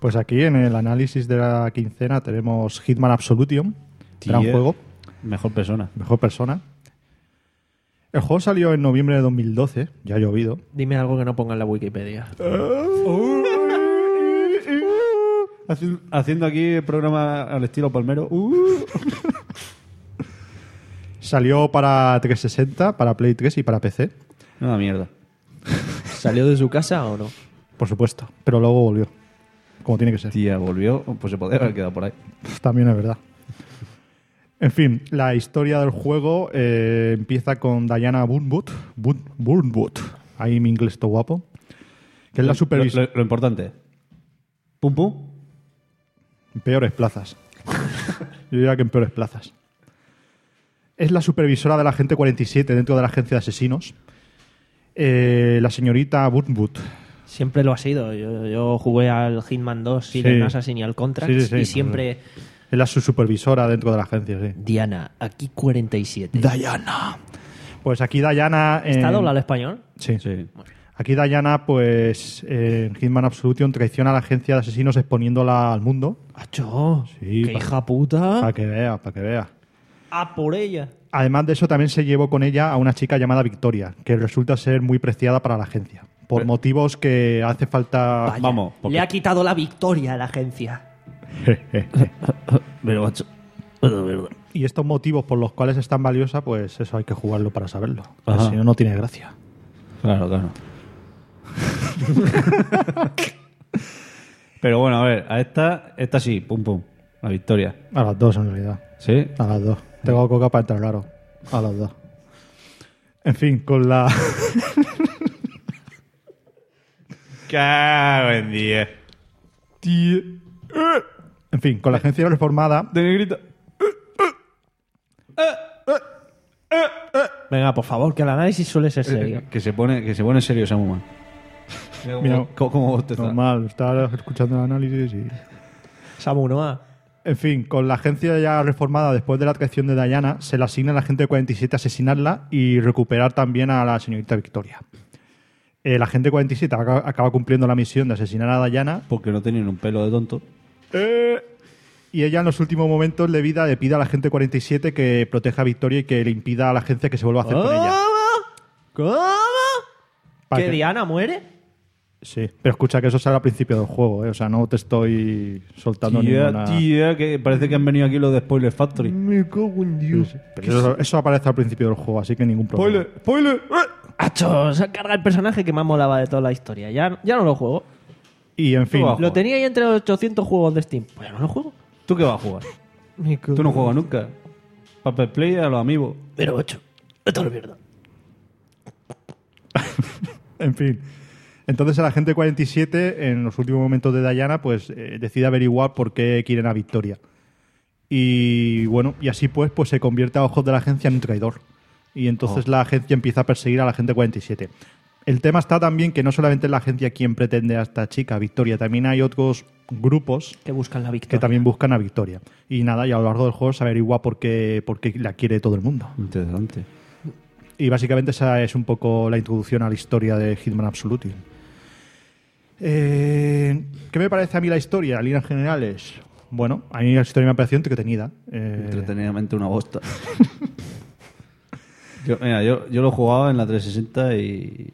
S3: Pues aquí en el análisis de la quincena tenemos Hitman Absolution, gran
S2: Tío.
S3: juego,
S2: Mejor persona.
S3: mejor persona. El juego salió en noviembre de 2012, ya ha llovido.
S1: Dime algo que no ponga en la Wikipedia.
S2: Haci- Haciendo aquí programa al estilo palmero. Uh.
S3: Salió para 360, para Play 3 y para PC,
S2: Una mierda.
S1: ¿Salió de su casa o no?
S3: por supuesto, pero luego volvió, como tiene que ser.
S2: Tía, volvió. Pues se podría haber quedado por ahí.
S3: También es verdad. En fin, la historia del juego eh, empieza con Diana Burnwood. Bun- Burnwood. Ahí mi inglés todo guapo. Que es la
S2: Lo,
S3: supervisora.
S2: lo- lo importante. Pum pum.
S3: En peores plazas. Yo diría que en peores plazas. Es la supervisora de la Agente 47 dentro de la agencia de asesinos. Eh, la señorita Burnwood.
S1: Siempre lo ha sido. Yo, yo jugué al Hitman 2, Silent Assassin y al Contract.
S3: Sí, sí, sí.
S1: y siempre,
S3: Es la su- supervisora dentro de la agencia, sí.
S1: Diana, aquí 47.
S3: Diana. Pues aquí Diana. eh,
S1: ¿Está doblado al español?
S3: Sí.
S2: Sí.
S3: Aquí Diana, pues eh, en Hitman Absolution traiciona a la agencia de asesinos exponiéndola al mundo.
S1: ¡Acho!
S3: Sí,
S1: ¡Qué
S3: pa-
S1: hija puta!
S3: Para que vea, para que vea.
S1: ¡A por ella!
S3: Además de eso, también se llevó con ella a una chica llamada Victoria, que resulta ser muy preciada para la agencia. Por motivos que hace falta.
S1: Vaya,
S2: vamos, porque-
S1: Le ha quitado la victoria a la agencia.
S2: Pero, macho.
S3: Y estos motivos por los cuales es tan valiosa, pues eso hay que jugarlo para saberlo. Porque
S2: Ajá.
S3: Si no, no tiene gracia.
S2: Claro, claro. Pero bueno, a ver, a esta, esta sí, pum pum. La victoria.
S3: A las dos, en realidad.
S2: ¿Sí?
S3: A las dos. Tengo coca para entrar, claro. A las dos. En fin, con la.
S2: Cago en 10.
S3: Tío. En fin, con la agencia reformada.
S2: De negrita.
S1: Venga, por favor, que el análisis suele ser serio.
S2: Que se pone, que se pone serio Samuman.
S3: Mira,
S2: ¿Cómo, cómo te
S3: normal, estás escuchando el análisis y.
S1: Samu Noa.
S3: En fin, con la agencia ya reformada después de la traición de Diana, se le asigna a la gente 47 asesinarla y recuperar también a la señorita Victoria. Eh, El agente 47 aca- acaba cumpliendo la misión de asesinar a Diana eh,
S2: Porque no tenían un pelo de tonto.
S3: y ella en los últimos momentos de vida le pide a la gente 47 que proteja a Victoria y que le impida a la agencia que se vuelva a hacer con ella.
S1: Ah, ¿Cómo?
S3: Para
S1: ¿Que
S3: que-
S1: Diana muere?
S3: Sí, pero escucha que eso sale al principio del juego, ¿eh? o sea, no te estoy soltando
S2: Tía,
S3: ninguna...
S2: tía, que parece que han venido aquí los de Spoiler Factory.
S3: Pero eso, eso aparece al principio del juego, así que ningún problema.
S2: spoiler.
S3: eh.
S1: Acho, se ha cargado el personaje que más molaba de toda la historia. Ya, ya no lo juego.
S3: Y en fin,
S2: Ojo.
S1: Lo tenía ahí entre los 800 juegos de Steam. Pues ya no lo juego.
S2: ¿Tú qué vas a jugar? Tú no juegas nunca. Papel Play a los amigos.
S1: Pero 8. Esto es mierda.
S3: En fin. Entonces el agente 47, en los últimos momentos de Diana, pues eh, decide averiguar por qué quieren a Victoria. Y bueno, y así pues, pues se convierte a ojos de la agencia en un traidor. Y entonces la agencia empieza a perseguir a la agente 47. El tema está también que no solamente es la agencia quien pretende a esta chica, Victoria, también hay otros grupos
S1: Que buscan la victoria.
S3: que también buscan a Victoria. Y nada, y a lo largo del juego se averigua por qué, por qué la quiere todo el mundo.
S2: Interesante.
S3: Eh. Y básicamente esa es un poco la introducción a la historia de Hitman Absolution. Eh, ¿Qué me parece a mí la historia, en líneas generales? Bueno, a mí la historia me ha parecido entretenida. Eh,
S2: Entretenidamente una bosta. yo, mira, yo, yo lo jugaba en la 360 y.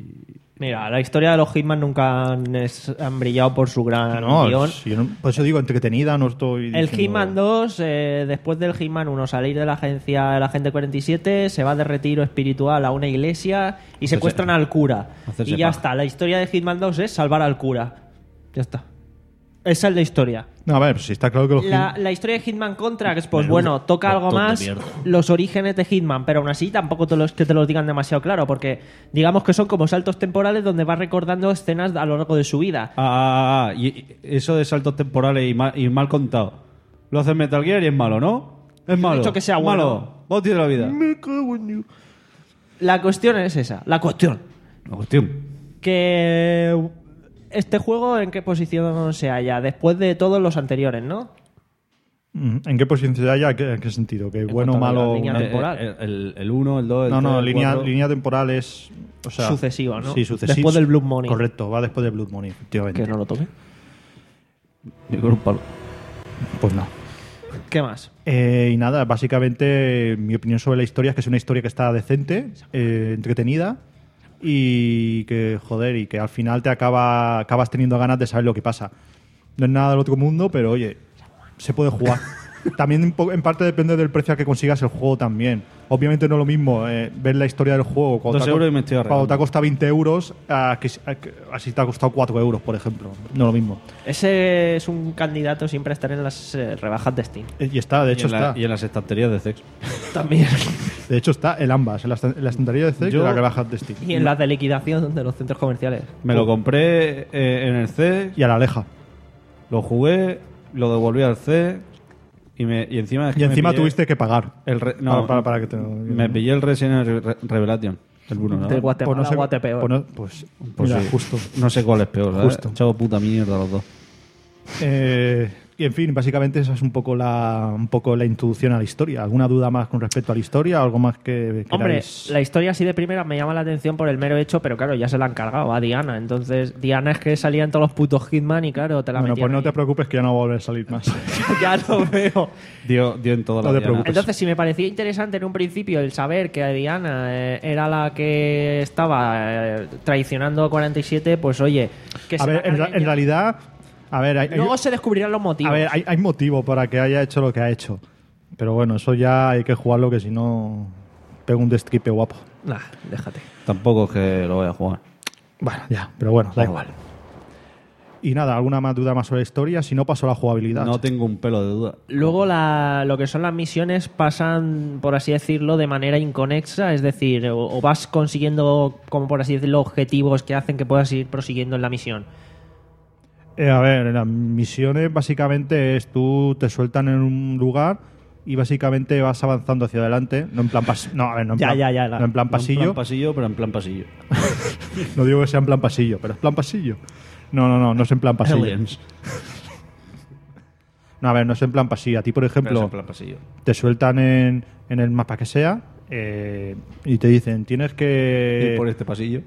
S1: Mira, la historia de los Hitman nunca han, es- han brillado por su gran
S3: no,
S1: guión.
S3: si yo no- por eso digo entretenida, no estoy.
S1: El
S3: diciendo-
S1: Hitman 2, eh, después del Hitman 1 salir de la agencia de la gente 47, se va de retiro espiritual a una iglesia y secuestran al cura.
S2: hacerse
S1: y ya
S2: paja.
S1: está, la historia de Hitman 2 es salvar al cura. Ya está. Esa es la historia.
S3: No, a ver, pues si está claro que los.
S1: La,
S3: Hit-
S1: la historia de Hitman Contracts, pues bueno, toca algo más los orígenes de Hitman, pero aún así tampoco te los, que te los digan demasiado claro, porque digamos que son como saltos temporales donde vas recordando escenas a lo largo de su vida.
S2: Ah, ah, ah, y, y eso de saltos temporales y mal, y mal contado. Lo hace Metal Gear y es malo, ¿no? Es malo.
S1: dicho que sea
S2: Malo. Boti de la vida.
S1: La cuestión es esa, la cuestión.
S2: La cuestión.
S1: Que este juego en qué posición se halla, después de todos los anteriores, ¿no?
S3: Mm, ¿En qué posición se halla? ¿Qué- ¿En qué sentido? ¿Que bueno,
S1: cuanto a la
S3: malo?
S1: línea
S3: una-
S1: de- Temporal.
S2: Eh, eh, El, el 1, el 2, el
S3: No,
S2: 3,
S3: no,
S2: el
S3: línea,
S2: 4.
S3: línea temporal es. o sea,
S1: Sucesiva, ¿no?
S3: Sí, sucesiva.
S1: Después del Blood Money.
S3: Correcto, va después del Blood Money, efectivamente.
S1: Que no lo toque.
S2: Yo con un palo.
S3: Pues no.
S1: ¿Qué más?
S3: Eh, y nada, básicamente mi opinión sobre la historia es que es una historia que está decente, eh, entretenida y que, joder, y que al final te acaba, acabas teniendo ganas de saber lo que pasa. No es nada del otro mundo, pero oye, se puede jugar. también un po- en parte depende del precio al que consigas el juego también. Obviamente no es lo mismo eh, ver la historia del juego cuando,
S2: Dos
S3: te, ha co-
S2: euros y me estoy arreglando.
S3: cuando te ha costado 20 euros a que, a que- a si te ha costado 4 euros, por ejemplo. No es lo mismo.
S1: Ese es un candidato siempre a estar en las eh, rebajas de Steam.
S3: Eh, Y está, de
S2: Y
S3: hecho
S2: en, la-
S3: está.
S2: y en las estanterías de sex.
S1: También.
S3: De hecho está en ambas, en la, estan- en la estantería de Steam y
S2: Yo-
S3: en las rebajas de Steam.
S1: y en las de liquidación de los centros comerciales.
S2: Me
S3: Oh.
S2: lo compré eh, en el C,
S3: Y a la aleja.
S2: lo jugué, lo devolví al C y, me, y encima... es que
S3: Y
S2: me
S3: encima
S2: pillé
S3: tuviste que pagar.
S2: El re- no,
S3: para, para- para que te lo-
S2: Me pillé el Resident Re- Revelation. El uno, ¿no?
S1: Del Guatemala
S3: Pues no sé-
S1: Guatepeor.
S3: Pues, no- pues-
S2: Pues
S3: mira,
S2: sí.
S3: justo.
S2: No sé cuál es peor, ¿sabes?
S3: Justo.
S2: Chavo puta mierda los dos.
S3: Eh, y en fin, básicamente esa es un poco la un poco la introducción a la historia. ¿Alguna duda más con respecto a la historia? ¿Algo más que
S1: Hombre,
S3: queráis?
S1: la historia así de primera me llama la atención por el mero hecho, pero claro, ya se la han cargado a Diana. Entonces, Diana es que salía en todos los putos Hitman y claro, te la
S3: Bueno, pues
S1: metían
S3: no te
S1: ahí.
S3: preocupes que ya no va a volver a salir más.
S1: Ya lo veo.
S2: Dio, dio en toda
S3: No
S2: la
S3: te
S2: diana.
S3: preocupes.
S1: Entonces, si me parecía interesante en un principio el saber que Diana eh, era la que estaba eh, traicionando a 47, pues oye, que
S3: a
S1: se la
S3: ver, en, ra-
S1: carguen
S3: en
S1: ya.
S3: realidad, a ver, hay, hay-
S1: Luego se descubrirán los motivos.
S3: a ver, hay, hay motivo para que haya hecho lo que ha hecho. Pero bueno, eso ya hay que jugarlo que si no pega un destripe guapo.
S1: Nah, déjate.
S2: Tampoco es que lo voy a jugar.
S3: Bueno, ya, pero bueno, da igual. Y nada, ¿alguna más duda más sobre la historia? Si no, paso a la jugabilidad.
S2: No tengo un pelo de duda.
S1: Luego la- lo que son las misiones pasan, por así decirlo, de manera inconexa, es decir, o, o vas consiguiendo, como por así decirlo, objetivos que hacen que puedas ir prosiguiendo en la misión.
S3: Eh, a ver, las misiones básicamente es tú te sueltan en un lugar y básicamente vas avanzando hacia adelante. No en plan pas- no, a ver, no en
S1: Ya,
S3: plan,
S1: ya, ya, la-
S3: no en plan
S2: No en
S3: pasillo.
S2: plan pasillo, pero en plan pasillo.
S3: no digo que sea en plan pasillo, pero es plan pasillo. No, no, no, no es en plan pasillo.
S2: Aliens.
S3: No, a ver, no es en plan pasillo. A ti, por
S2: Pero es
S3: ejemplo,
S2: en plan pasillo.
S3: te sueltan en, en el mapa que sea eh, y te dicen tienes que
S2: Ir por este pasillo.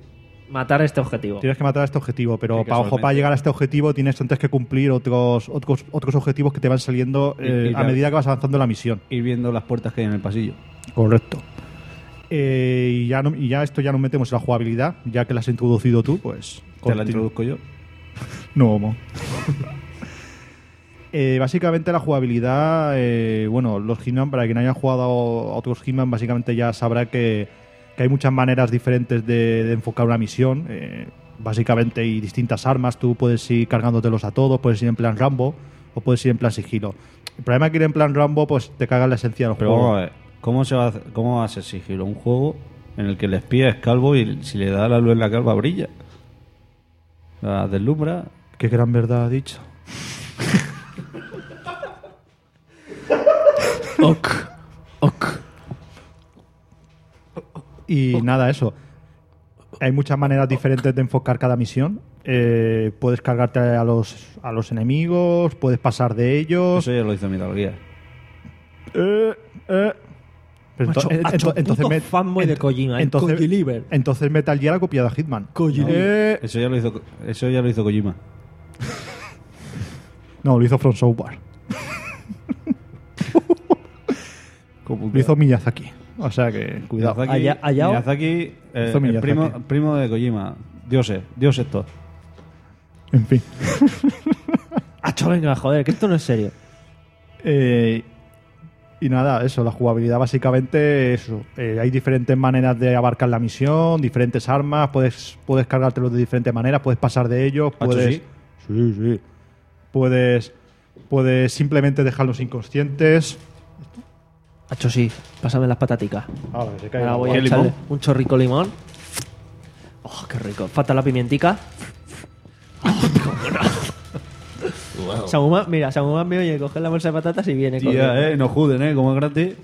S1: Matar este objetivo.
S3: Tienes que matar a este objetivo, pero
S2: Sí,
S3: para, ojo,
S2: casualmente.
S3: para llegar a este objetivo tienes antes que cumplir otros, otros, otros objetivos que te van saliendo
S2: Y-
S3: eh,
S2: y
S3: a
S2: la-
S3: medida que vas avanzando en la misión.
S2: Ir viendo las puertas que hay en el pasillo.
S3: Correcto. Eh, y, ya no- y ya esto ya nos metemos en la jugabilidad, ya que la has introducido tú, pues.
S2: Te la
S3: continu-
S2: introduzco yo.
S3: No, homo. Eh, básicamente la jugabilidad, eh, bueno, los Hitman, para quien haya jugado a otros Hitman, básicamente ya sabrá que, que hay muchas maneras diferentes de, de enfocar una misión. eh, básicamente y distintas armas, tú puedes ir cargándotelos a todos, puedes ir en plan Rambo o puedes ir en plan sigilo. El problema es que ir en plan Rambo, pues te caga en la esencia del
S2: Pero
S3: juego.
S2: vamos a ver, ¿cómo, se va a hacer, ¿cómo va a ser sigilo? Un juego en el que el espía es calvo y si le da la luz en la calva brilla. La deslumbra.
S3: Qué gran verdad ha dicho.
S1: Ok. Ok.
S3: Y nada, eso. Hay muchas maneras diferentes de enfocar cada misión. Eh, puedes cargarte a los, a los enemigos, puedes pasar de ellos.
S2: Eso ya lo hizo Metal Gear.
S3: Eh, eh. Pero
S1: Macho,
S3: ento-
S1: macho,
S3: ento- entonces
S1: puto
S3: me-
S1: fanboy de
S3: ent-
S1: Kojima, eh,
S3: entonces,
S1: Kojiliver.
S3: entonces Metal Gear ha copiado a Hitman. Eh,
S2: Eso ya lo hizo, eso ya lo hizo Kojima.
S3: no, lo hizo From Software. Lo hizo Miyazaki. O sea que, cuidado.
S2: Miyazaki,
S1: Aya- Hayao.
S2: Miyazaki, eh,
S3: Hizo
S2: el
S3: Miyazaki.
S2: primo, primo de Kojima. Dioses, dioses todos.
S3: En fin.
S1: Acho, venga, joder, que esto no es serio.
S3: Eh, y nada, eso, la jugabilidad básicamente eso. Eh, hay diferentes maneras de abarcar la misión, diferentes armas, puedes, puedes cargártelos de diferentes maneras, puedes pasar de ellos,
S2: Macho,
S3: puedes.
S2: sí.
S3: sí, sí. Puedes. Puedes simplemente dejarlos inconscientes.
S1: Acho, sí, pásame las pataticas.
S3: Ahora que se caiga.
S1: Ahora voy a
S2: ¿Qué
S1: echarle
S2: limón?
S1: un chorrico limón. Oh, qué rico. Falta la pimientica. Samuman, mira, Samuman me oye coger la bolsa de patatas y viene con
S2: Tía, eh, no juden, eh, como es gratis.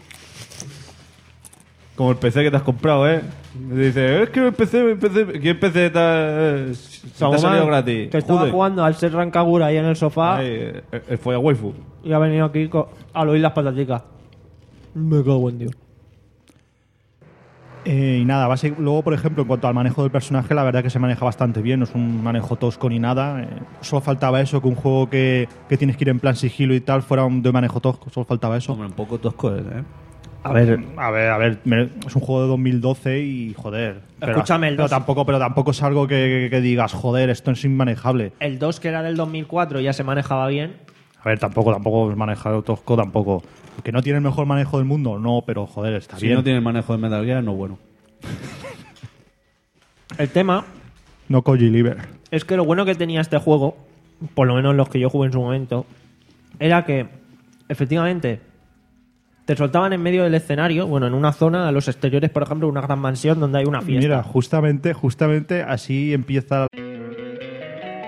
S2: Como el PC que te has comprado, eh. Me dice, es que el PC, el PC, ¿qué PC te ha, eh, te ha salido gratis?
S1: que estaba
S2: Jude.
S1: jugando al ser Rancagura ahí en el sofá
S2: Ay, eh, el, folla waifu.
S1: y ha venido aquí co- al oír las pataticas. Me cago en Dios.
S3: Eh, y nada, base- luego, por ejemplo, en cuanto al manejo del personaje, la verdad que se maneja bastante bien, no es un manejo tosco ni nada. eh, solo faltaba eso, que un juego que, que tienes que ir en plan sigilo y tal fuera un de manejo tosco, solo faltaba eso.
S2: Hombre, un poco tosco es, ¿eh?
S3: A ver, a ver, a ver, me- es un juego de 2012 y joder. pero-
S1: Escúchame, el
S3: pero,
S1: dos-
S3: tampoco, pero tampoco es algo que, que- que digas, joder, esto es inmanejable.
S1: El 2, que era del 2004, ya se manejaba bien.
S3: A ver, tampoco, tampoco es manejado tosco, tampoco. Que no tiene el mejor manejo del mundo, no, pero joder, está
S2: Si
S3: bien.
S2: no tiene el manejo de Metal Gear, no bueno.
S1: El tema
S3: No Koji Liber.
S1: es que lo bueno que tenía este juego, por lo menos los que yo jugué en su momento, era que efectivamente te soltaban en medio del escenario, bueno, en una zona a los exteriores, por ejemplo, una gran mansión donde hay una fiesta.
S3: Mira, justamente, justamente así empieza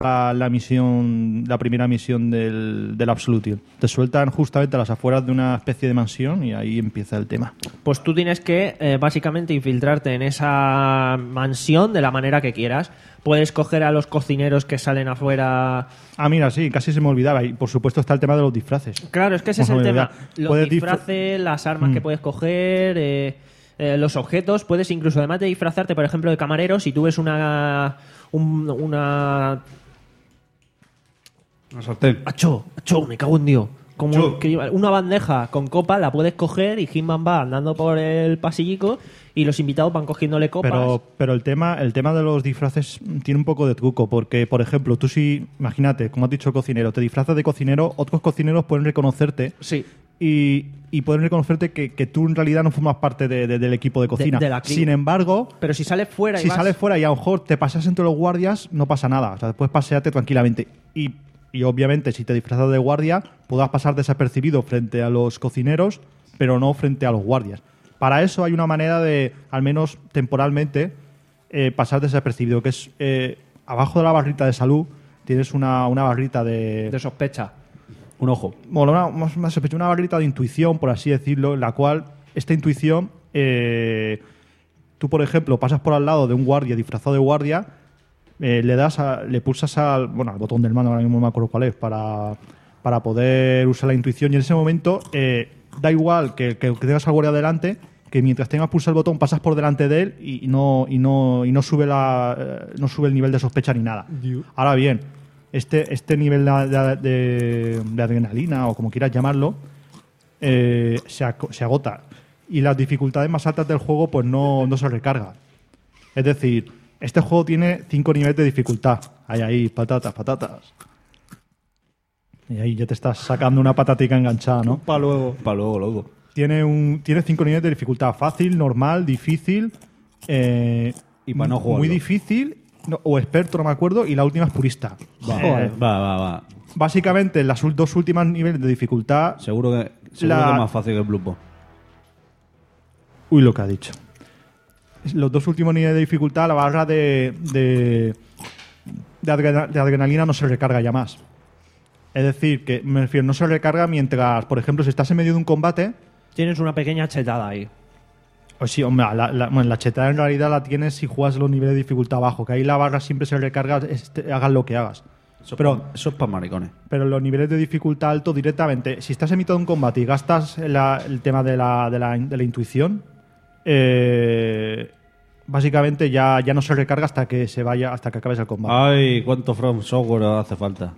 S3: la, la misión, la primera misión del, del Absolution. Te sueltan justamente a las afueras de una especie de mansión y ahí empieza el tema.
S1: Pues tú tienes que eh, básicamente infiltrarte en esa mansión de la manera que quieras. Puedes coger a los cocineros que salen afuera.
S3: Ah, mira, sí, casi se me olvidaba. Y por supuesto está el tema de los disfraces.
S1: Claro, es que ese es
S3: Ojo,
S1: el
S3: de
S1: tema.
S3: verdad.
S1: Los
S3: Puedes Mm. disfra-
S1: disfraces, las armas que puedes coger, eh, eh, los objetos. Puedes incluso, además de disfrazarte, por ejemplo, de camarero, si tú ves una. un- una.
S2: Una sartén.
S1: ¡Achó! ¡Achó! ¡Me cago en Dios! Como
S2: Achó.
S1: que lleva una bandeja con copa la puedes coger y Hitman va andando por el pasillico y los invitados van cogiéndole copas.
S3: Pero, pero el, tema, el tema de los disfraces tiene un poco de truco, porque, por ejemplo, tú si, imagínate, como has dicho cocinero, te disfrazas de cocinero, otros cocineros pueden reconocerte
S1: Sí.
S3: y, y pueden reconocerte que, que tú en realidad no formas parte de- de- del equipo de cocina.
S1: de la cri-
S3: Sin embargo,
S1: Pero si sales fuera y
S3: si
S1: vas-
S3: sales fuera y a lo mejor te pasas entre los guardias, no pasa nada. O sea, después paseate tranquilamente. Y, y obviamente, si te disfrazas de guardia, podrás pasar desapercibido frente a los cocineros, pero no frente a los guardias. Para eso hay una manera de, al menos temporalmente, eh, pasar desapercibido, que es eh, abajo de la barrita de salud tienes una, una barrita de...
S1: de sospecha.
S2: Un ojo.
S3: Bueno, una, más- más sospecho, una barrita de intuición, por así decirlo, en la cual esta intuición, eh, tú por ejemplo pasas por al lado de un guardia disfrazado de guardia, eh, le das, a- le pulsas al, bueno, al botón del mando, ahora mismo no me acuerdo cuál es, para, para poder usar la intuición y en ese momento eh, da igual que, que, que tengas al guardia delante, que mientras tengas pulsado el botón pasas por delante de él y no, y no, y no, sube, la, eh, no sube el nivel de sospecha ni nada. Ahora bien, este, este nivel de, de- de- de adrenalina o como quieras llamarlo eh, se, aco- se agota y las dificultades más altas del juego pues no, no se recarga es decir este juego tiene cinco niveles de dificultad hay ahí patatas patatas y ahí ya te estás sacando una patatica enganchada ¿no?
S2: Para luego. Para luego, loco.
S3: tiene un tiene cinco niveles de dificultad fácil normal difícil eh,
S2: Y para no jugarlo.
S3: muy difícil no- o experto no me acuerdo y la última es purista
S2: Va,
S3: Eh,
S2: va, va, va.
S3: Básicamente, las ul- dos últimas niveles de dificultad.
S2: Seguro que, seguro
S3: La-
S2: que es más fácil que el Blue Box.
S3: Uy, lo que ha dicho. Los dos últimos niveles de dificultad, la barra de, de, de adrena- de adrenalina no se recarga ya más. Es decir, que me refiero, no se recarga mientras, por ejemplo, si estás en medio de un combate.
S1: Tienes una pequeña chetada ahí.
S3: O sí, hombre, la, la- bueno, la chetada en realidad la tienes si juegas los niveles de dificultad bajo, que ahí la barra siempre se recarga, este, hagas lo que hagas.
S2: Eso,
S3: Pero-
S2: eso es para maricones.
S3: Pero los niveles de dificultad alto directamente, si estás en mitad de un combate y gastas la- el tema de la, de la- de la intuición, eh, básicamente ya, ya no se recarga hasta que se vaya, hasta que acabes el combate.
S2: Ay, cuánto From Software hace falta.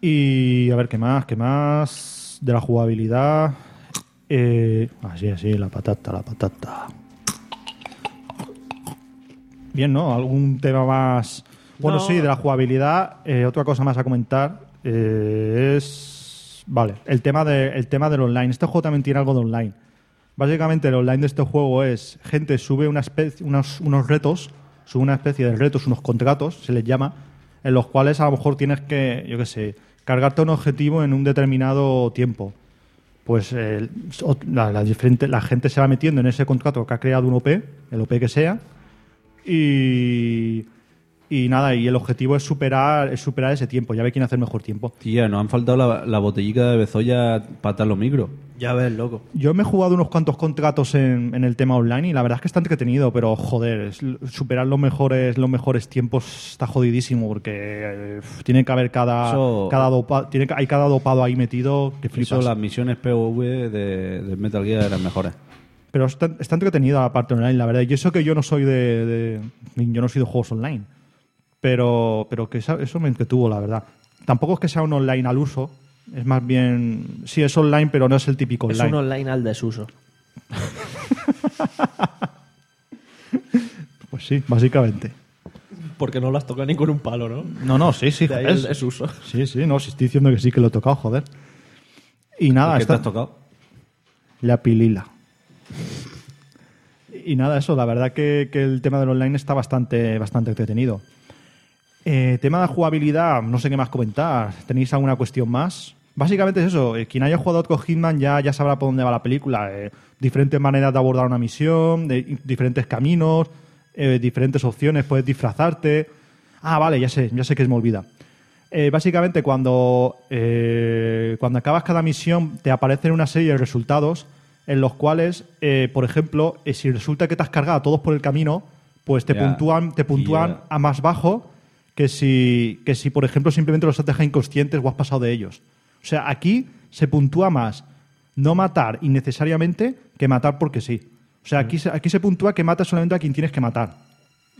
S3: Y a ver, ¿qué más? ¿Qué más? De la jugabilidad. Eh, así, así, la patata, la patata. Bien, ¿no? ¿Algún tema más? Bueno,
S1: No.
S3: sí, de la jugabilidad. eh, otra cosa más a comentar eh, es. Vale, el tema, de, el tema del online. Este juego también tiene algo de online. Básicamente el online de este juego es gente sube una especie, unos, unos retos, sube una especie de retos, unos contratos, se les llama, en los cuales a lo mejor tienes que, yo qué sé, cargarte un objetivo en un determinado tiempo. Pues eh, o- la, la diferente, la gente se va metiendo en ese contrato que ha creado un OP, el OP que sea, y, y nada, y el objetivo es superar, es superar ese tiempo, ya ve quién hace el mejor tiempo.
S5: Tía, nos han faltado la, la botellica de Bezoya para los micros.
S6: Ya ves, loco.
S3: Yo me he jugado unos cuantos contratos en, en el tema online y la verdad es que está entretenido, pero joder, es- superar los mejores, los mejores tiempos está jodidísimo porque eh, tiene que haber cada,
S5: Eso-
S3: cada dopa- tiene que- hay cada dopado ahí metido que
S5: Por eso
S3: flipas.
S5: las misiones POV de, de Metal Gear eran mejores.
S3: Pero está, está entretenida la parte online, la verdad. Y eso que yo no soy de, de- yo no soy de juegos online, pero pero que esa- eso me entretuvo, la verdad. Tampoco es que sea un online al uso, es más bien sí es online, pero no es el típico
S6: Es
S3: online.
S6: un online al desuso.
S3: Pues sí, básicamente.
S6: Porque no las toca ni con un palo, ¿no?
S3: No, no, sí, sí,
S6: De ahí
S3: joder.
S6: el desuso.
S3: Sí, sí, no, si estoy diciendo que sí que lo he tocado, joder. Y nada,
S5: ¿Qué
S3: está-
S5: te has tocado?
S3: la pilila. Y nada, eso, la verdad que, que el tema del online está bastante, bastante entretenido. Eh, tema de jugabilidad, no sé qué más comentar. ¿Tenéis alguna cuestión más? Básicamente es eso, eh, quien haya jugado a Outcast Hitman ya, ya sabrá por dónde va la película. eh, diferentes maneras de abordar una misión, de- y diferentes caminos, eh, diferentes opciones, puedes disfrazarte. Ah, vale, ya sé, ya sé que se me olvida. Eh, básicamente, cuando, eh, cuando acabas cada misión, te aparecen una serie de resultados en los cuales, eh, por ejemplo, eh, si resulta que te has cargado a todos por el camino, pues te
S5: Ya.
S3: puntúan, te puntúan
S5: Ya.
S3: a más bajo que si, que si, por ejemplo, simplemente los has dejado inconscientes o has pasado de ellos. O sea, aquí se puntúa más no matar innecesariamente que matar porque sí. O sea,
S5: Mm.
S3: aquí se, aquí se puntúa que matas solamente a quien tienes que matar.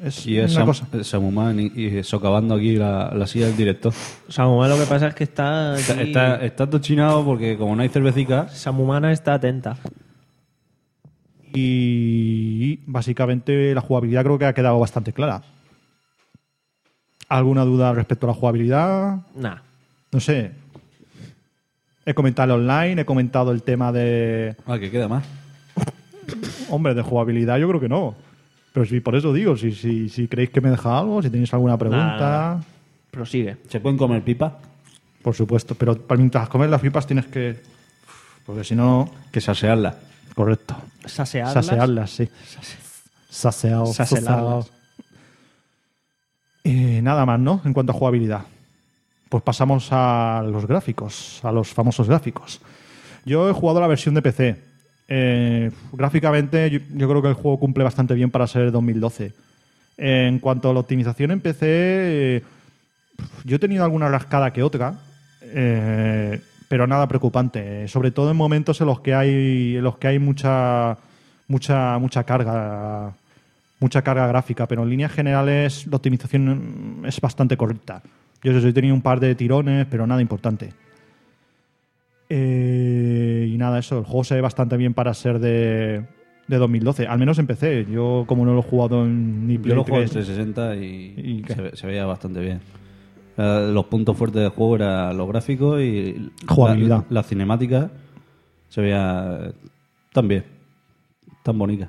S3: Es
S5: Y
S3: una
S5: es Sam,
S3: cosa.
S5: eh, Samuman y, y socavando aquí la, la silla del director.
S1: Samuel lo que pasa es que está...
S5: Está,
S1: aquí-
S5: está, está tochinado porque como no hay cervecica,
S1: Samumana está atenta.
S3: Y básicamente la jugabilidad creo que ha quedado bastante clara. ¿Alguna duda respecto a la jugabilidad?
S1: Nah.
S3: No sé. He comentado el online, he comentado el tema de,
S5: ah, que queda más.
S3: Hombre, de jugabilidad yo creo que no. Pero si por eso digo, si, si, si creéis que me deja algo, si tenéis alguna pregunta,
S1: nada. Prosigue.
S5: ¿Se pueden comer pipa?
S3: por supuesto. Pero para mientras comes las pipas tienes que... Porque si no...
S5: Que sasearla.
S3: Correcto.
S1: Sasearlas.
S3: Sasearlas, sí. Saseado.
S1: Sasearlas.
S3: saseado. Eh, nada más, ¿no? En cuanto a jugabilidad. Pues pasamos a los gráficos, a los famosos gráficos. Yo he jugado la versión de PC. Eh, gráficamente yo, yo creo que el juego cumple bastante bien para ser 2012. en cuanto a la optimización en PC, eh, yo he tenido alguna rascada que otra, eh, pero nada preocupante. Sobre todo en momentos en los que hay, en los que hay mucha, mucha, mucha carga, mucha carga gráfica. Pero en líneas generales la optimización mm, es bastante correcta. Yo eso sí, he tenido un par de tirones, pero nada importante. Eh, y nada, eso. El juego se ve bastante bien para ser de, de 2012. Al menos empecé. Yo, como no lo he jugado en ni
S5: Yo
S3: Play
S5: lo jugué en
S3: 3,
S5: 360 y,
S3: ¿Y qué?
S5: se, ve- se veía bastante bien. Eh, los puntos fuertes del juego eran los gráficos y la-
S3: Jugabilidad.
S5: la cinemática se veía eh, tan bien, tan bonita.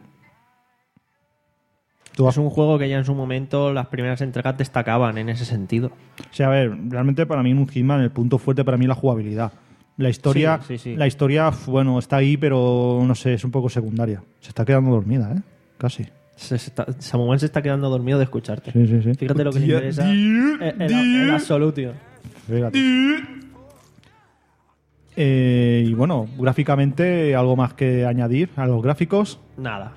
S3: tú has
S1: Es un juego que ya en su momento las primeras entregas destacaban en ese sentido.
S3: O sea, a ver, realmente para mí en un Hitman el punto fuerte para mí es la jugabilidad. La historia,
S1: Sí, sí, sí.
S3: la historia, f- bueno, está ahí, pero no sé, es un poco secundaria. Se está quedando dormida, ¿eh? Casi.
S1: Se está, Samuel se está quedando dormido de escucharte.
S3: Sí, sí, sí.
S1: Fíjate lo que le
S3: Hostia,
S1: interesa.
S3: tío,
S1: El, el-
S3: tío.
S1: el Absolution.
S3: Fíjate. Eh, y bueno, gráficamente, algo más que añadir a los gráficos.
S1: Nada.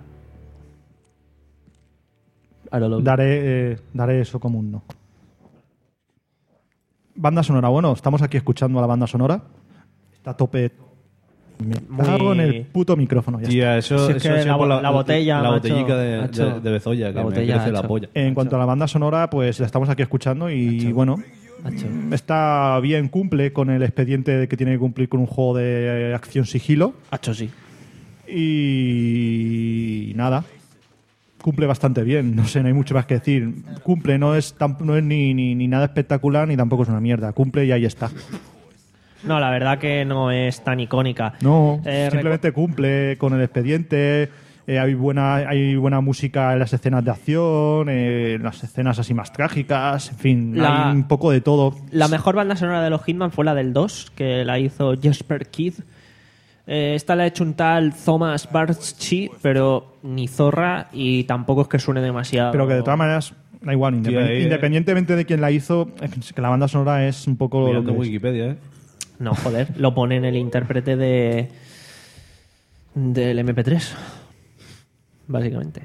S1: Ahora lo-
S3: Daré, eh, daré eso como un no. Banda sonora, bueno, estamos aquí escuchando a la banda sonora. Está a tope. Me
S1: Muy-
S3: cago en el puto micrófono. ya está.
S5: Tía, eso,
S1: Si es
S5: eso
S1: que
S5: ha sido
S1: la bo-
S5: por
S1: la botella,
S5: La
S1: macho,
S5: botellica de,
S1: macho.
S5: de, de Bezoya, que
S1: La
S5: me
S1: botella,
S5: crece la
S1: macho. Eh,
S5: polla.
S3: En cuanto a la banda sonora, pues la estamos aquí escuchando y bueno,
S1: Nacho.
S3: está bien, cumple con el expediente de que tiene que cumplir con un juego de acción sigilo
S1: Nacho, sí.
S3: y nada, cumple bastante bien, no sé, no hay mucho más que decir. Cumple, no es, tam- no es ni, ni- ni nada espectacular ni tampoco es una mierda, cumple y ahí está.
S1: No, la verdad que no es tan icónica.
S3: No,
S1: Eh,
S3: simplemente cumple con el expediente. eh, hay, buena, hay buena música en las escenas de acción, eh, en las escenas así más trágicas, en fin,
S1: La-
S3: hay un poco de todo.
S1: La mejor banda sonora de los Hitman fue la del 2, que la hizo Jesper Kidd. Eh, esta la ha hecho un tal Thomas Barchi, pero ni zorra y tampoco es que suene demasiado.
S3: Pero que de todas maneras, da igual, independ-
S5: Tío, ahí, eh.
S3: independientemente de quién la hizo, es que la banda sonora es un poco lo
S5: Mirando
S3: que es.
S5: Wikipedia, ¿eh?
S1: No, joder, lo pone en el intérprete de. del MP3. Básicamente.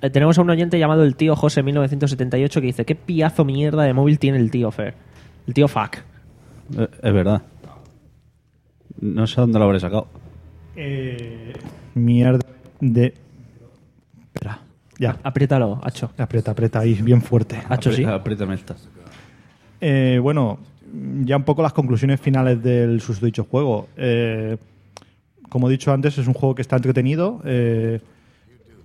S1: Eh, tenemos a un oyente llamado el tío José1978 que dice: ¿Qué piazo mierda de móvil tiene el tío Fer? El tío Fuck.
S5: Eh, Es verdad. No sé dónde lo habré sacado.
S3: Eh, Mierda de. Espera, ya.
S1: Apriétalo, Hacho.
S3: Aprieta, aprieta ahí, bien fuerte.
S1: Hacho, sí.
S5: Apri- Apriétame esta.
S3: Eh, bueno, ya un poco las conclusiones finales del susdicho juego. Eh, como he dicho antes, es un juego que está entretenido. Eh,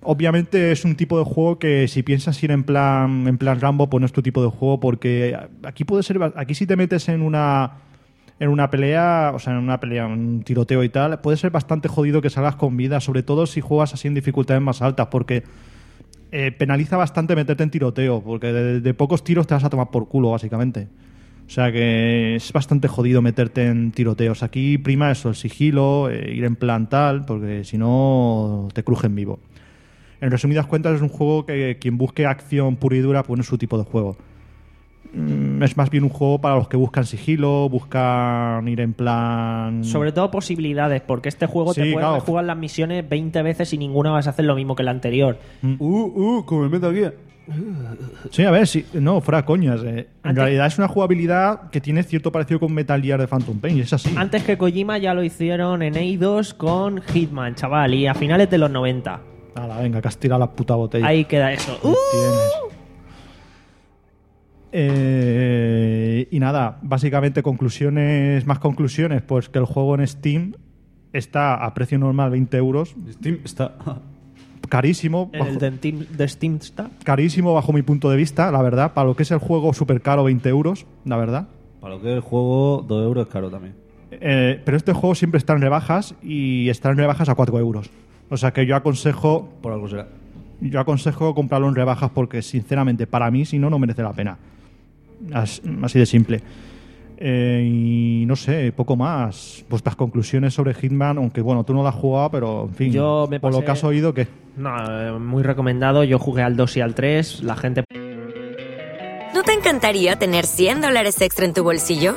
S3: obviamente es un tipo de juego que si piensas ir en plan, en plan Rambo, pues no es tu tipo de juego, porque aquí puede ser, ba- aquí si te metes en una en una pelea, o sea, en una pelea, un tiroteo y tal, puede ser bastante jodido que salgas con vida, sobre todo si juegas así en dificultades más altas, porque eh, penaliza bastante meterte en tiroteo, porque de, de pocos tiros te vas a tomar por culo, básicamente. O sea que es bastante jodido meterte en tiroteos. Aquí prima eso, el sigilo, eh, ir en plan tal, porque si no te crujen vivo. En resumidas cuentas, es un juego que quien busque acción pura y dura, pues no es su tipo de juego. Mm, Es más bien un juego para los que buscan sigilo, buscan ir en plan.
S1: Sobre todo posibilidades, porque este juego te
S3: Mm. Sí,
S1: puedes
S3: claro.
S1: jugar las misiones 20 veces y ninguna vas a hacer lo mismo que la anterior.
S2: Uh, uh, como el Metal Gear.
S3: Mm. Sí, a ver, sí, no, fuera coñas. eh. En
S1: Antes-
S3: realidad es una jugabilidad que tiene cierto parecido con Metal Gear de Phantom Pain, y es así.
S1: Antes que Kojima ya lo hicieron en Eidos con Hitman, chaval, y a finales de los 90.
S3: Ala, venga, que has tirado la puta botella.
S1: Ahí queda eso. ¡Uh!
S3: Tienes. Eh, y nada, básicamente conclusiones, más conclusiones, pues que el juego en Steam está a precio normal 20 euros,
S5: Steam está.
S3: carísimo,
S1: En
S3: bajo-
S1: el de Steam, de Steam está.
S3: carísimo bajo mi punto de vista, la verdad, para lo que es el juego súper caro 20 euros, la verdad.
S5: Para lo que es el juego, 2 euros es caro también.
S3: Eh, pero este juego siempre está en rebajas y está en rebajas a 4 euros. O sea que yo aconsejo
S5: Por algo será.
S3: Yo aconsejo comprarlo en rebajas porque, sinceramente, para mí, si no, no merece la pena. As- Así de simple. Eh, y no sé, poco más. Vuestras conclusiones sobre Hitman, aunque bueno, tú no la has jugado, pero en fin,
S1: Yo me
S3: por lo
S1: pasé-
S3: que has oído, que
S1: No, eh, muy recomendado. Yo jugué al 2 y al 3. La gente
S4: ¿No te encantaría tener 100 dólares extra en tu bolsillo?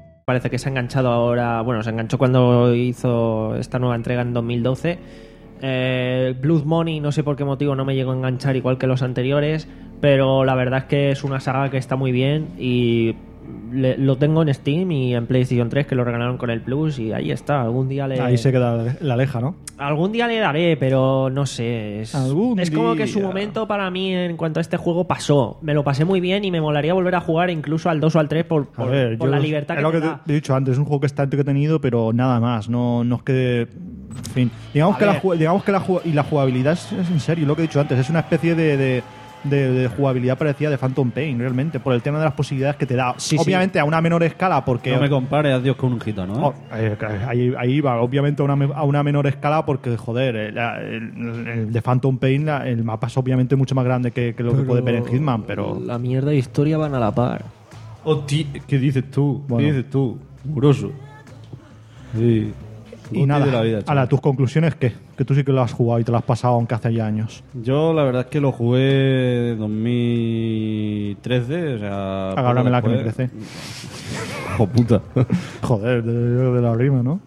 S1: parece que se ha enganchado ahora. Bueno, se enganchó cuando hizo esta nueva entrega en 2012. Eh, Blood Money, no sé por qué motivo no me llegó a enganchar igual que los anteriores, pero la verdad es que es una saga que está muy bien y le- lo tengo en Steam y en PlayStation 3 que lo regalaron con el Plus y ahí está. Algún día le
S3: ahí se queda la leja, ¿no?
S1: algún día le daré, pero no sé. Es,
S3: Algún
S1: es como que su
S3: día.
S1: momento para mí en cuanto a este juego pasó. Me lo pasé muy bien y me molaría volver a jugar incluso al 2 o al 3 por,
S3: A
S1: por-
S3: ver,
S1: por
S3: yo-
S1: la libertad
S3: es
S1: que,
S3: lo
S1: te
S3: que te,
S1: da.
S3: te he dicho antes, es un juego que está entretenido, pero nada más, no, no es que... En fin, digamos
S1: A
S3: que, la,
S1: ver.
S3: ju- digamos que la, ju- y la jugabilidad es, es en serio, lo que he dicho antes, es una especie de, de- de- de jugabilidad parecida de Phantom Pain, realmente, por el tema de las posibilidades que te da.
S1: Sí, sí.
S3: Obviamente a una menor escala, porque...
S5: No me compares a Dios con un gitano, ¿no?
S3: Oh, eh, ahí, ahí va, obviamente a una, me- a una menor escala porque, joder, el, el- el de Phantom Pain, la- el mapa es obviamente mucho más grande que, que lo que puede ver en Hitman, pero...
S6: La mierda de historia van a la par.
S5: Oh,
S2: ¿Qué dices tú?
S3: Bueno.
S2: ¿Qué dices tú? Muroso. Sí.
S3: Y nada,
S5: de la vida, chaval.
S3: Ala, tus conclusiones, ¿qué? Que tú sí que lo has jugado y te lo has pasado aunque hace ya años.
S5: Yo la verdad es que lo jugué 2013, o sea... poco
S3: Agárrame la que me
S5: pues después.
S3: crece.
S5: Hijo puta.
S3: Joder, de, de la rima, ¿no?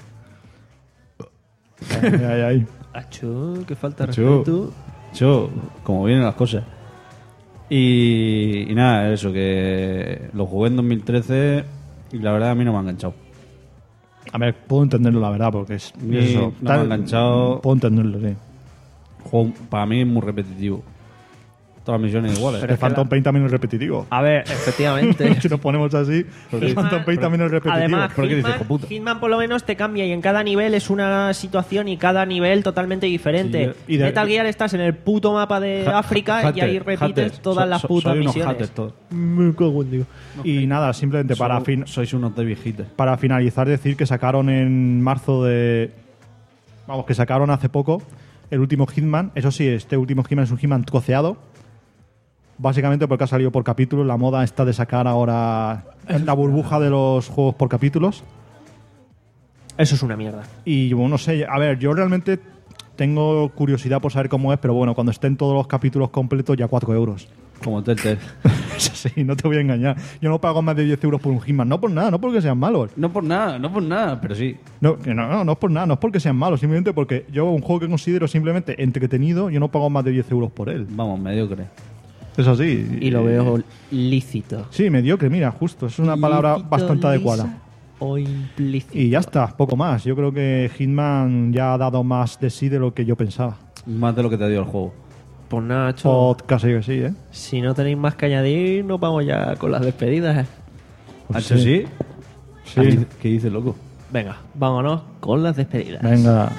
S3: Ay, ay, ay.
S6: Acho, que falta de
S5: Yo,
S6: respeto.
S5: yo, como vienen las cosas. Y, y nada, eso, que lo jugué en 2013 y la verdad a mí no me ha enganchado.
S3: A ver, puedo entenderlo, la verdad, porque es.
S5: Ni-
S3: eso,
S5: no me ha enganchado.
S3: Puedo entenderlo, sí.
S2: juego para mí es muy repetitivo. Todas las misiones iguales.
S3: el Phantom Pain también es repetitivo.
S1: A ver, efectivamente.
S3: si nos ponemos así, el Phantom Pain también es repetitivo.
S1: Además,
S2: ¿Pero qué dices,
S1: Hitman,
S2: hijoputa?
S1: Hitman por lo menos te cambia y en cada nivel es una situación y cada nivel totalmente diferente.
S2: Sí, y de-
S1: Metal Gear estás en el puto mapa de África y ahí repites todas las putas
S2: soy unos
S1: misiones.
S2: haters todos.
S3: y nada, simplemente para,
S2: Soy-
S3: fin-
S2: sois unos David haters.
S3: para finalizar, decir que sacaron en marzo de. Vamos, que sacaron hace poco el último Hitman. Eso sí, este último Hitman es un Hitman coceado. Básicamente porque ha salido por capítulos. La moda está de sacar ahora la burbuja de los juegos por capítulos.
S1: Eso es una mierda.
S3: Y bueno, no sé, a ver, yo realmente tengo curiosidad por saber cómo es, pero bueno, cuando estén todos los capítulos completos ya 4 euros.
S2: Como Telltale.
S3: Eso sí, no te voy a engañar. Yo no pago más de 10 euros por un Hitman, no por nada, no porque sean malos.
S2: No por nada, no por nada, pero sí.
S3: No, que no, no, no es por nada, no es porque sean malos, simplemente porque yo un juego que considero simplemente entretenido, yo no pago más de 10 euros por él.
S2: Vamos, mediocre.
S3: Es así.
S7: Y lo veo lícito.
S3: Sí, mediocre, mira, justo, es una palabra
S7: Lícito,
S3: bastante
S7: lisa
S3: adecuada.
S7: O implícito.
S3: Y ya está, poco más. Yo creo que Hitman ya ha dado más de sí de lo que yo pensaba.
S2: Más de lo que te dio el juego.
S1: Pues nada, cho,
S3: Podcast, que sí, ¿eh?
S1: si no tenéis más que añadir, nos vamos ya con las despedidas. Ah,
S3: Pues
S2: ¿Eso sí?
S3: Sí.
S2: ¿Qué dice- ¿Qué dices, loco?
S1: Venga, vámonos con las despedidas.
S3: Venga.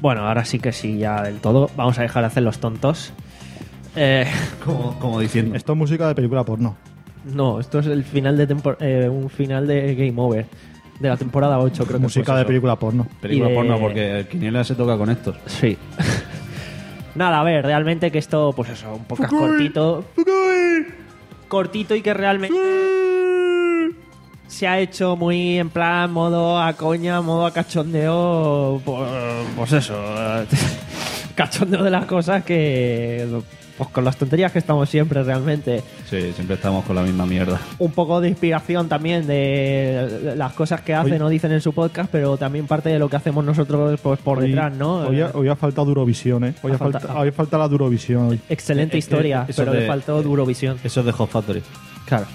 S1: Bueno, ahora sí que sí, ya del todo. Vamos a dejar de hacer los tontos. Eh,
S2: Como, como diciendo.
S3: Esto es música de película porno.
S1: no, esto es el final de tempor- eh, un final de Game Over. De la temporada 8, creo que
S3: música
S1: fue
S3: de
S1: eso.
S3: película porno.
S2: Película
S1: Y de-
S2: porno, porque el Quiniela se toca con estos.
S1: Sí. Nada, a ver, realmente que esto, pues eso, un poco cortito. Cortito y que realmente se ha hecho muy en plan modo a coña, modo a cachondeo, por- pues eso, cachondeo de las cosas que, pues con las tonterías que estamos siempre realmente
S2: Sí, siempre estamos con la misma mierda.
S1: un poco de inspiración también de las cosas que hacen o dicen en su podcast, pero también parte de lo que hacemos nosotros pues, por
S3: Hoy-
S1: detrás, ¿no?
S3: Hoy ha, hoy ha faltado Durovisión, ¿eh? Hoy
S1: Ha
S3: ha, falta,
S1: falta-
S3: hoy falta la Durovisión. hoy.
S1: Excelente
S2: Eh, eh,
S1: historia,
S2: eso
S1: pero le
S2: de-
S1: faltó Durovisión.
S2: Eso es de Hot Factory.
S1: Claro.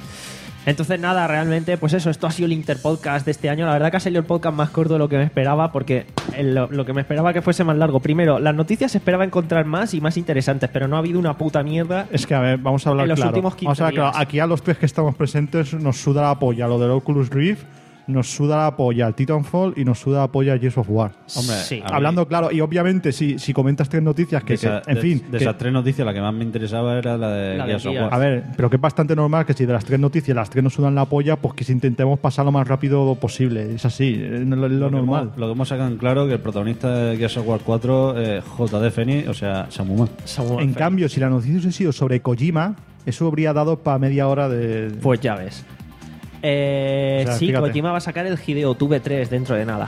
S1: Entonces, nada, realmente, pues eso, esto ha sido el Interpodcast de este año. La verdad que ha salido el podcast más corto de lo que me esperaba, porque el- lo, lo que me esperaba que fuese más largo. Primero, las noticias esperaba encontrar más y más interesantes, pero no ha habido una puta mierda.
S3: Es que, a ver, vamos a hablar
S1: En los
S3: claro.
S1: últimos 15
S3: Vamos a hablar claro.
S1: días.
S3: Aquí a los tres que estamos presentes nos suda la polla lo del Oculus Rift, nos suda la polla el Titanfall y nos suda la polla Gears of War.
S2: Hombre,
S1: Sí.
S2: a mí,
S3: Hablando claro, y obviamente si, si comentas tres noticias que,
S2: de esa-
S3: que- en
S2: de-
S3: fin,
S2: De,
S3: que-
S2: esas tres noticias, la que más me interesaba era la de
S1: La de
S2: Gears of
S1: Gears.
S2: War.
S3: a ver, pero que es bastante normal que si de las tres noticias las tres nos sudan la polla, pues que si intentemos pasar lo más rápido posible. Es así, es lo, es lo
S2: que
S3: normal.
S2: hemos- lo que hemos sacado en claro que el protagonista de Gears of War eh, 4 es JD Fenix, o sea, Samuma.
S1: Samuel
S3: En
S1: Fe-
S3: cambio, si la noticia hubiese sido sobre Kojima, eso habría dado para media hora de.
S1: Pues ya ves. Eh,
S3: O sea,
S1: sí,
S3: fíjate.
S1: Kojima va a sacar el Hideo Tube 3 dentro de nada.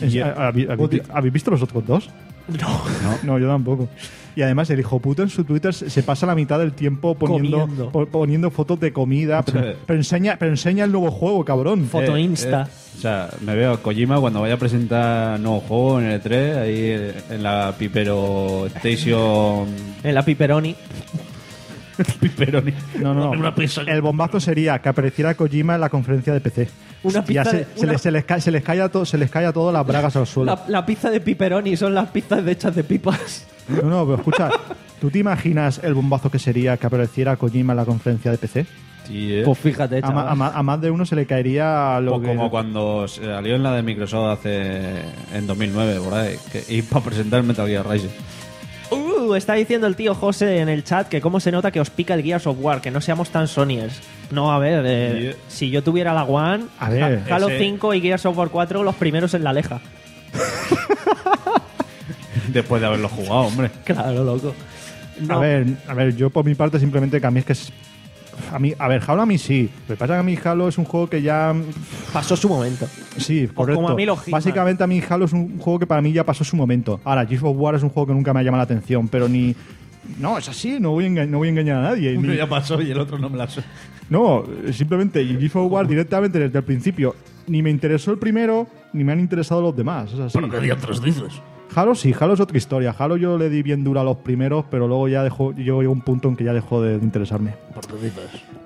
S3: Es- ¿habí- habí- ¿Habéis visto los otros dos?
S1: No.
S3: No, yo tampoco. Y además, el hijo puto en su Twitter se se pasa la mitad del tiempo poniendo,
S1: Comiendo.
S3: po- poniendo fotos de comida. Pero,
S2: Sí.
S3: pero enseña, pero enseña el nuevo juego, cabrón.
S1: Foto
S2: Eh,
S1: Insta.
S2: O sea, me veo a Kojima cuando vaya a presentar nuevo juego en el E3, ahí eh, en la Pipero Station
S1: En la Piperoni.
S2: Piperoni.
S3: No, no, no. El bombazo sería que apareciera Kojima en la conferencia de PC.
S1: Una
S3: Y ya
S1: pizza
S3: se,
S1: de-
S3: se
S1: una-
S3: les, se les ca- se les cae a to- se les cae a todas las bragas al suelo.
S1: La, la pizza de Piperoni son las pizzas de hechas de pipas.
S3: No, no, pero escucha, ¿tú te imaginas el bombazo que sería que apareciera Kojima en la conferencia de PC?
S2: Sí, eh.
S1: Pues fíjate,
S3: A, ma-
S1: chaval.
S3: a ma- a más de uno se le caería lo
S2: Pues
S3: que...
S2: como cuando se salió en la de Microsoft hace en 2009 por ahí que, y para presentar Metal Gear Rising
S1: Uh, está diciendo el tío José en el chat que cómo se nota que os pica el Gears of War, que no seamos tan Sonyers. No, a ver, eh,
S2: Yeah.
S1: si yo tuviera la One,
S3: A ver.
S1: Ha- Halo
S2: Ese-
S1: 5 y Gears of War 4 los primeros en la leja.
S2: después de haberlo jugado hombre
S1: Claro, loco. No,
S3: A ver, a ver, yo por mi parte simplemente que a mí es que es- A, mí, a ver, Halo a mí sí. Lo que pasa es que a mí Halo es un juego que ya. mm,
S1: Pasó su momento.
S3: Sí, correcto.
S1: Pues como a mí los Hitman.
S3: Básicamente a mí Halo es un juego que para mí ya pasó su momento. Ahora, Gears of War es un juego que nunca me ha llamado la atención, pero ni. No, es así, no voy a, enga- no voy a engañar a nadie.
S2: Uno
S3: ni-
S2: ya pasó y el otro no me la so-
S3: no, simplemente y Gears of War directamente desde el principio. Ni me interesó el primero, ni me han interesado los demás. Es así.
S2: ¿Qué diantres dices?
S3: Halo sí, Halo es otra historia. Halo yo le di bien dura a los primeros, pero luego ya dejó, yo llego a un punto en que ya dejó de interesarme.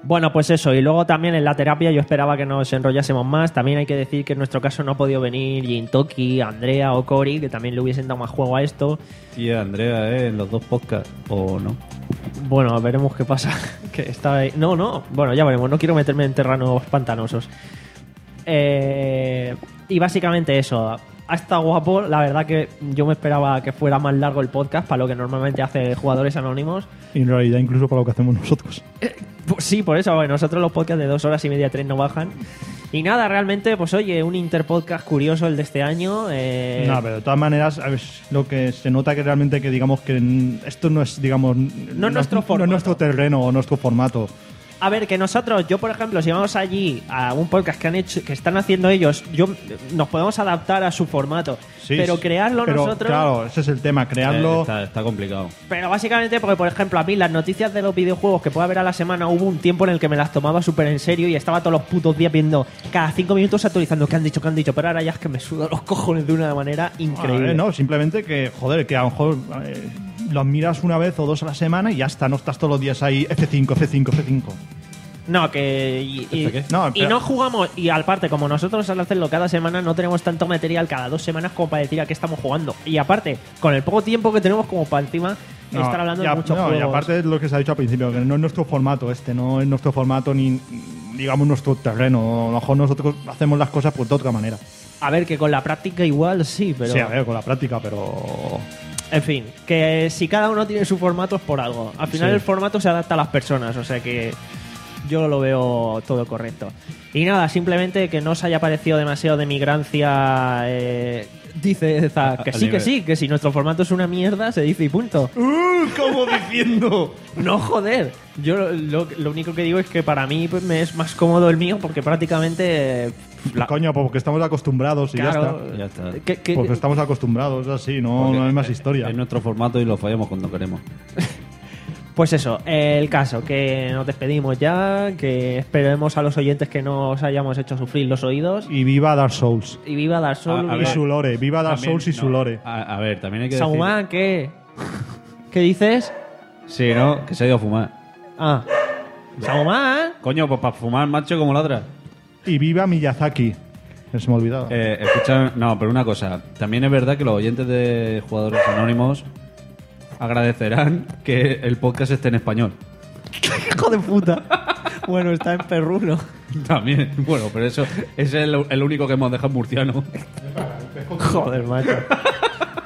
S1: Bueno, pues eso. Y luego también en la terapia yo esperaba que nos enrollásemos más. También hay que decir que en nuestro caso no ha podido venir Jintoki, Andrea o Cory, que también le hubiesen dado más juego a esto.
S5: Tía, Andrea, ¿eh? En los dos podcasts. ¿O no?
S1: Bueno, veremos qué pasa. que está ahí. No, no. Bueno, ya veremos. No quiero meterme en terrenos pantanosos. Eh, y básicamente eso. Ha estado guapo. La verdad que yo me esperaba que fuera más largo el podcast para lo que normalmente hace Jugadores Anónimos.
S3: Y en realidad incluso para lo que hacemos nosotros.
S1: Pues Sí, por eso, bueno, nosotros los podcasts de dos horas y media, tres no bajan. Y nada, realmente, pues oye, un interpodcast curioso el de este año. eh,
S3: No, pero de todas maneras, a ver, lo que se nota que realmente que digamos que mm, esto no es, digamos, no,
S1: nuestro
S3: no
S1: formato.
S3: es nuestro terreno o nuestro formato.
S1: A ver, que nosotros, yo por ejemplo, si vamos allí a un podcast que han hecho, que están haciendo ellos, yo nos podemos adaptar a su formato.
S3: Sí,
S1: pero
S3: sí,
S1: crearlo
S3: pero,
S1: nosotros.
S3: Claro, ese es el tema, crearlo. Ah,
S5: Eh, está, está complicado.
S1: Pero básicamente porque, por ejemplo, a mí las noticias de los videojuegos que pueda haber a la semana hubo un tiempo en el que me las tomaba súper en serio y estaba todos los putos días viendo cada cinco minutos actualizando qué han dicho, qué han dicho. Pero ahora ya es que me suda los cojones de una manera increíble.
S3: Vale, eh, no, simplemente que, joder, que a lo mejor eh, los miras una vez o dos a la semana y ya está, no estás todos los días ahí F5, F5, F5.
S1: No, que. Y, y-
S3: ¿Esto qué? No,
S1: y
S3: espera.
S1: no jugamos. Y aparte, como nosotros al hacerlo cada semana, no tenemos tanto material cada dos semanas como para decir a qué estamos jugando. Y aparte, con el poco tiempo que tenemos como para encima
S3: No,
S1: estar hablando
S3: y a-
S1: de muchos
S3: no,
S1: juegos.
S3: Y aparte es lo que se ha dicho al principio, que no es nuestro formato este, no es nuestro formato ni, digamos, nuestro terreno. A lo mejor nosotros hacemos las cosas pues, de otra manera.
S1: A ver, que con la práctica igual sí, pero.
S3: Sí, a ver, con la práctica, pero...
S1: En fin, que si cada uno tiene su formato es por algo. Al final
S3: Sí.
S1: el formato se adapta a las personas, o sea que yo lo veo todo correcto. Y nada, simplemente que no os haya parecido demasiado de migrancia. eh, dice Zack que
S5: al
S1: sí, que
S5: nivel.
S1: sí, que si nuestro formato es una mierda, se dice y punto.
S3: ¡Uh!
S2: ¿Cómo diciendo?
S1: No joder, yo lo, lo- lo único que digo es que para mí pues, me es más cómodo el mío porque prácticamente... eh, la-
S3: Coño, pues porque estamos acostumbrados y
S1: claro,
S3: ya está. Pues
S5: ya está.
S1: que- que-
S3: Porque estamos acostumbrados, así, no,
S5: Porque
S3: no hay más
S5: es-
S3: historia.
S2: eh,
S5: Es nuestro formato y lo fallamos cuando queremos.
S1: Pues eso, eh, el caso, que nos despedimos ya, que esperemos a los oyentes que no os hayamos hecho sufrir los oídos.
S3: Y viva Dark Souls.
S1: Y viva Dark Souls.
S5: A- a
S3: Y
S5: ver,
S3: su lore, viva Dark
S5: También-
S3: Souls y su
S5: no,
S3: lore.
S5: A, a ver, también hay que
S1: Saumán, ¿qué? ¿Qué dices?
S5: decir... Sí, ¿no? Que se ha ido a fumar.
S1: Ah. Saumán.
S5: Coño, pues para fumar, macho, como la otra.
S3: Y viva Miyazaki. Que se me ha olvidado.
S5: Eh, escucha, no, pero una cosa. También es verdad que los oyentes de Jugadores Anónimos agradecerán que el podcast esté en español.
S1: Hijo de puta. Bueno, está en perruno.
S5: También. Bueno, pero eso es el, el único que hemos dejado en murciano.
S1: Joder, macho.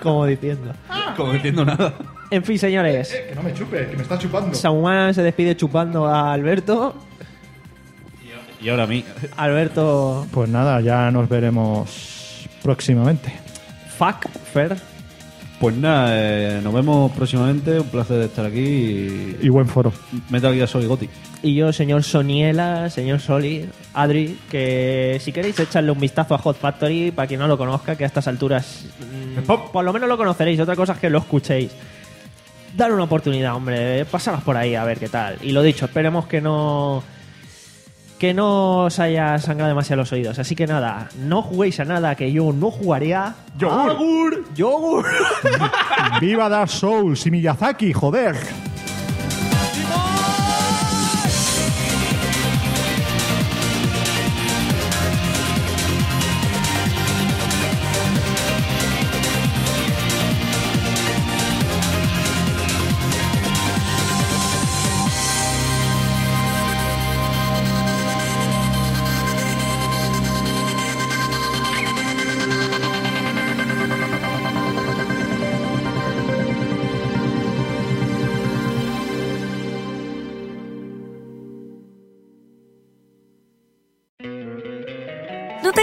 S1: Como diciendo.
S5: Como entiendo nada.
S1: En fin, señores.
S3: que no me chupe, que me está chupando.
S1: Saumán se despide chupando a Alberto.
S5: Y ahora a mí.
S1: Alberto.
S3: Pues nada, ya nos veremos próximamente.
S1: Fuck, Fer.
S5: Pues nada, eh, nos vemos próximamente. Un placer estar aquí. Y
S3: Y buen foro.
S5: Metal Gear Solid Gothic.
S1: Y yo, señor Soniela, señor Soli, Adri, que si queréis echarle un vistazo a Hot Factory, para quien no lo conozca, que a estas alturas mm, por lo menos lo conoceréis, otra cosa es que lo escuchéis. Dar una oportunidad, hombre, pasaros por ahí a ver qué tal. Y lo dicho, esperemos que no que no os haya sangrado demasiado los oídos. Así que nada, no juguéis a nada que yo no jugaría.
S3: Yogur.
S1: ¡Agur! ¡Yogur!
S3: ¡Viva Dark Souls y Miyazaki, joder!
S4: ¿No te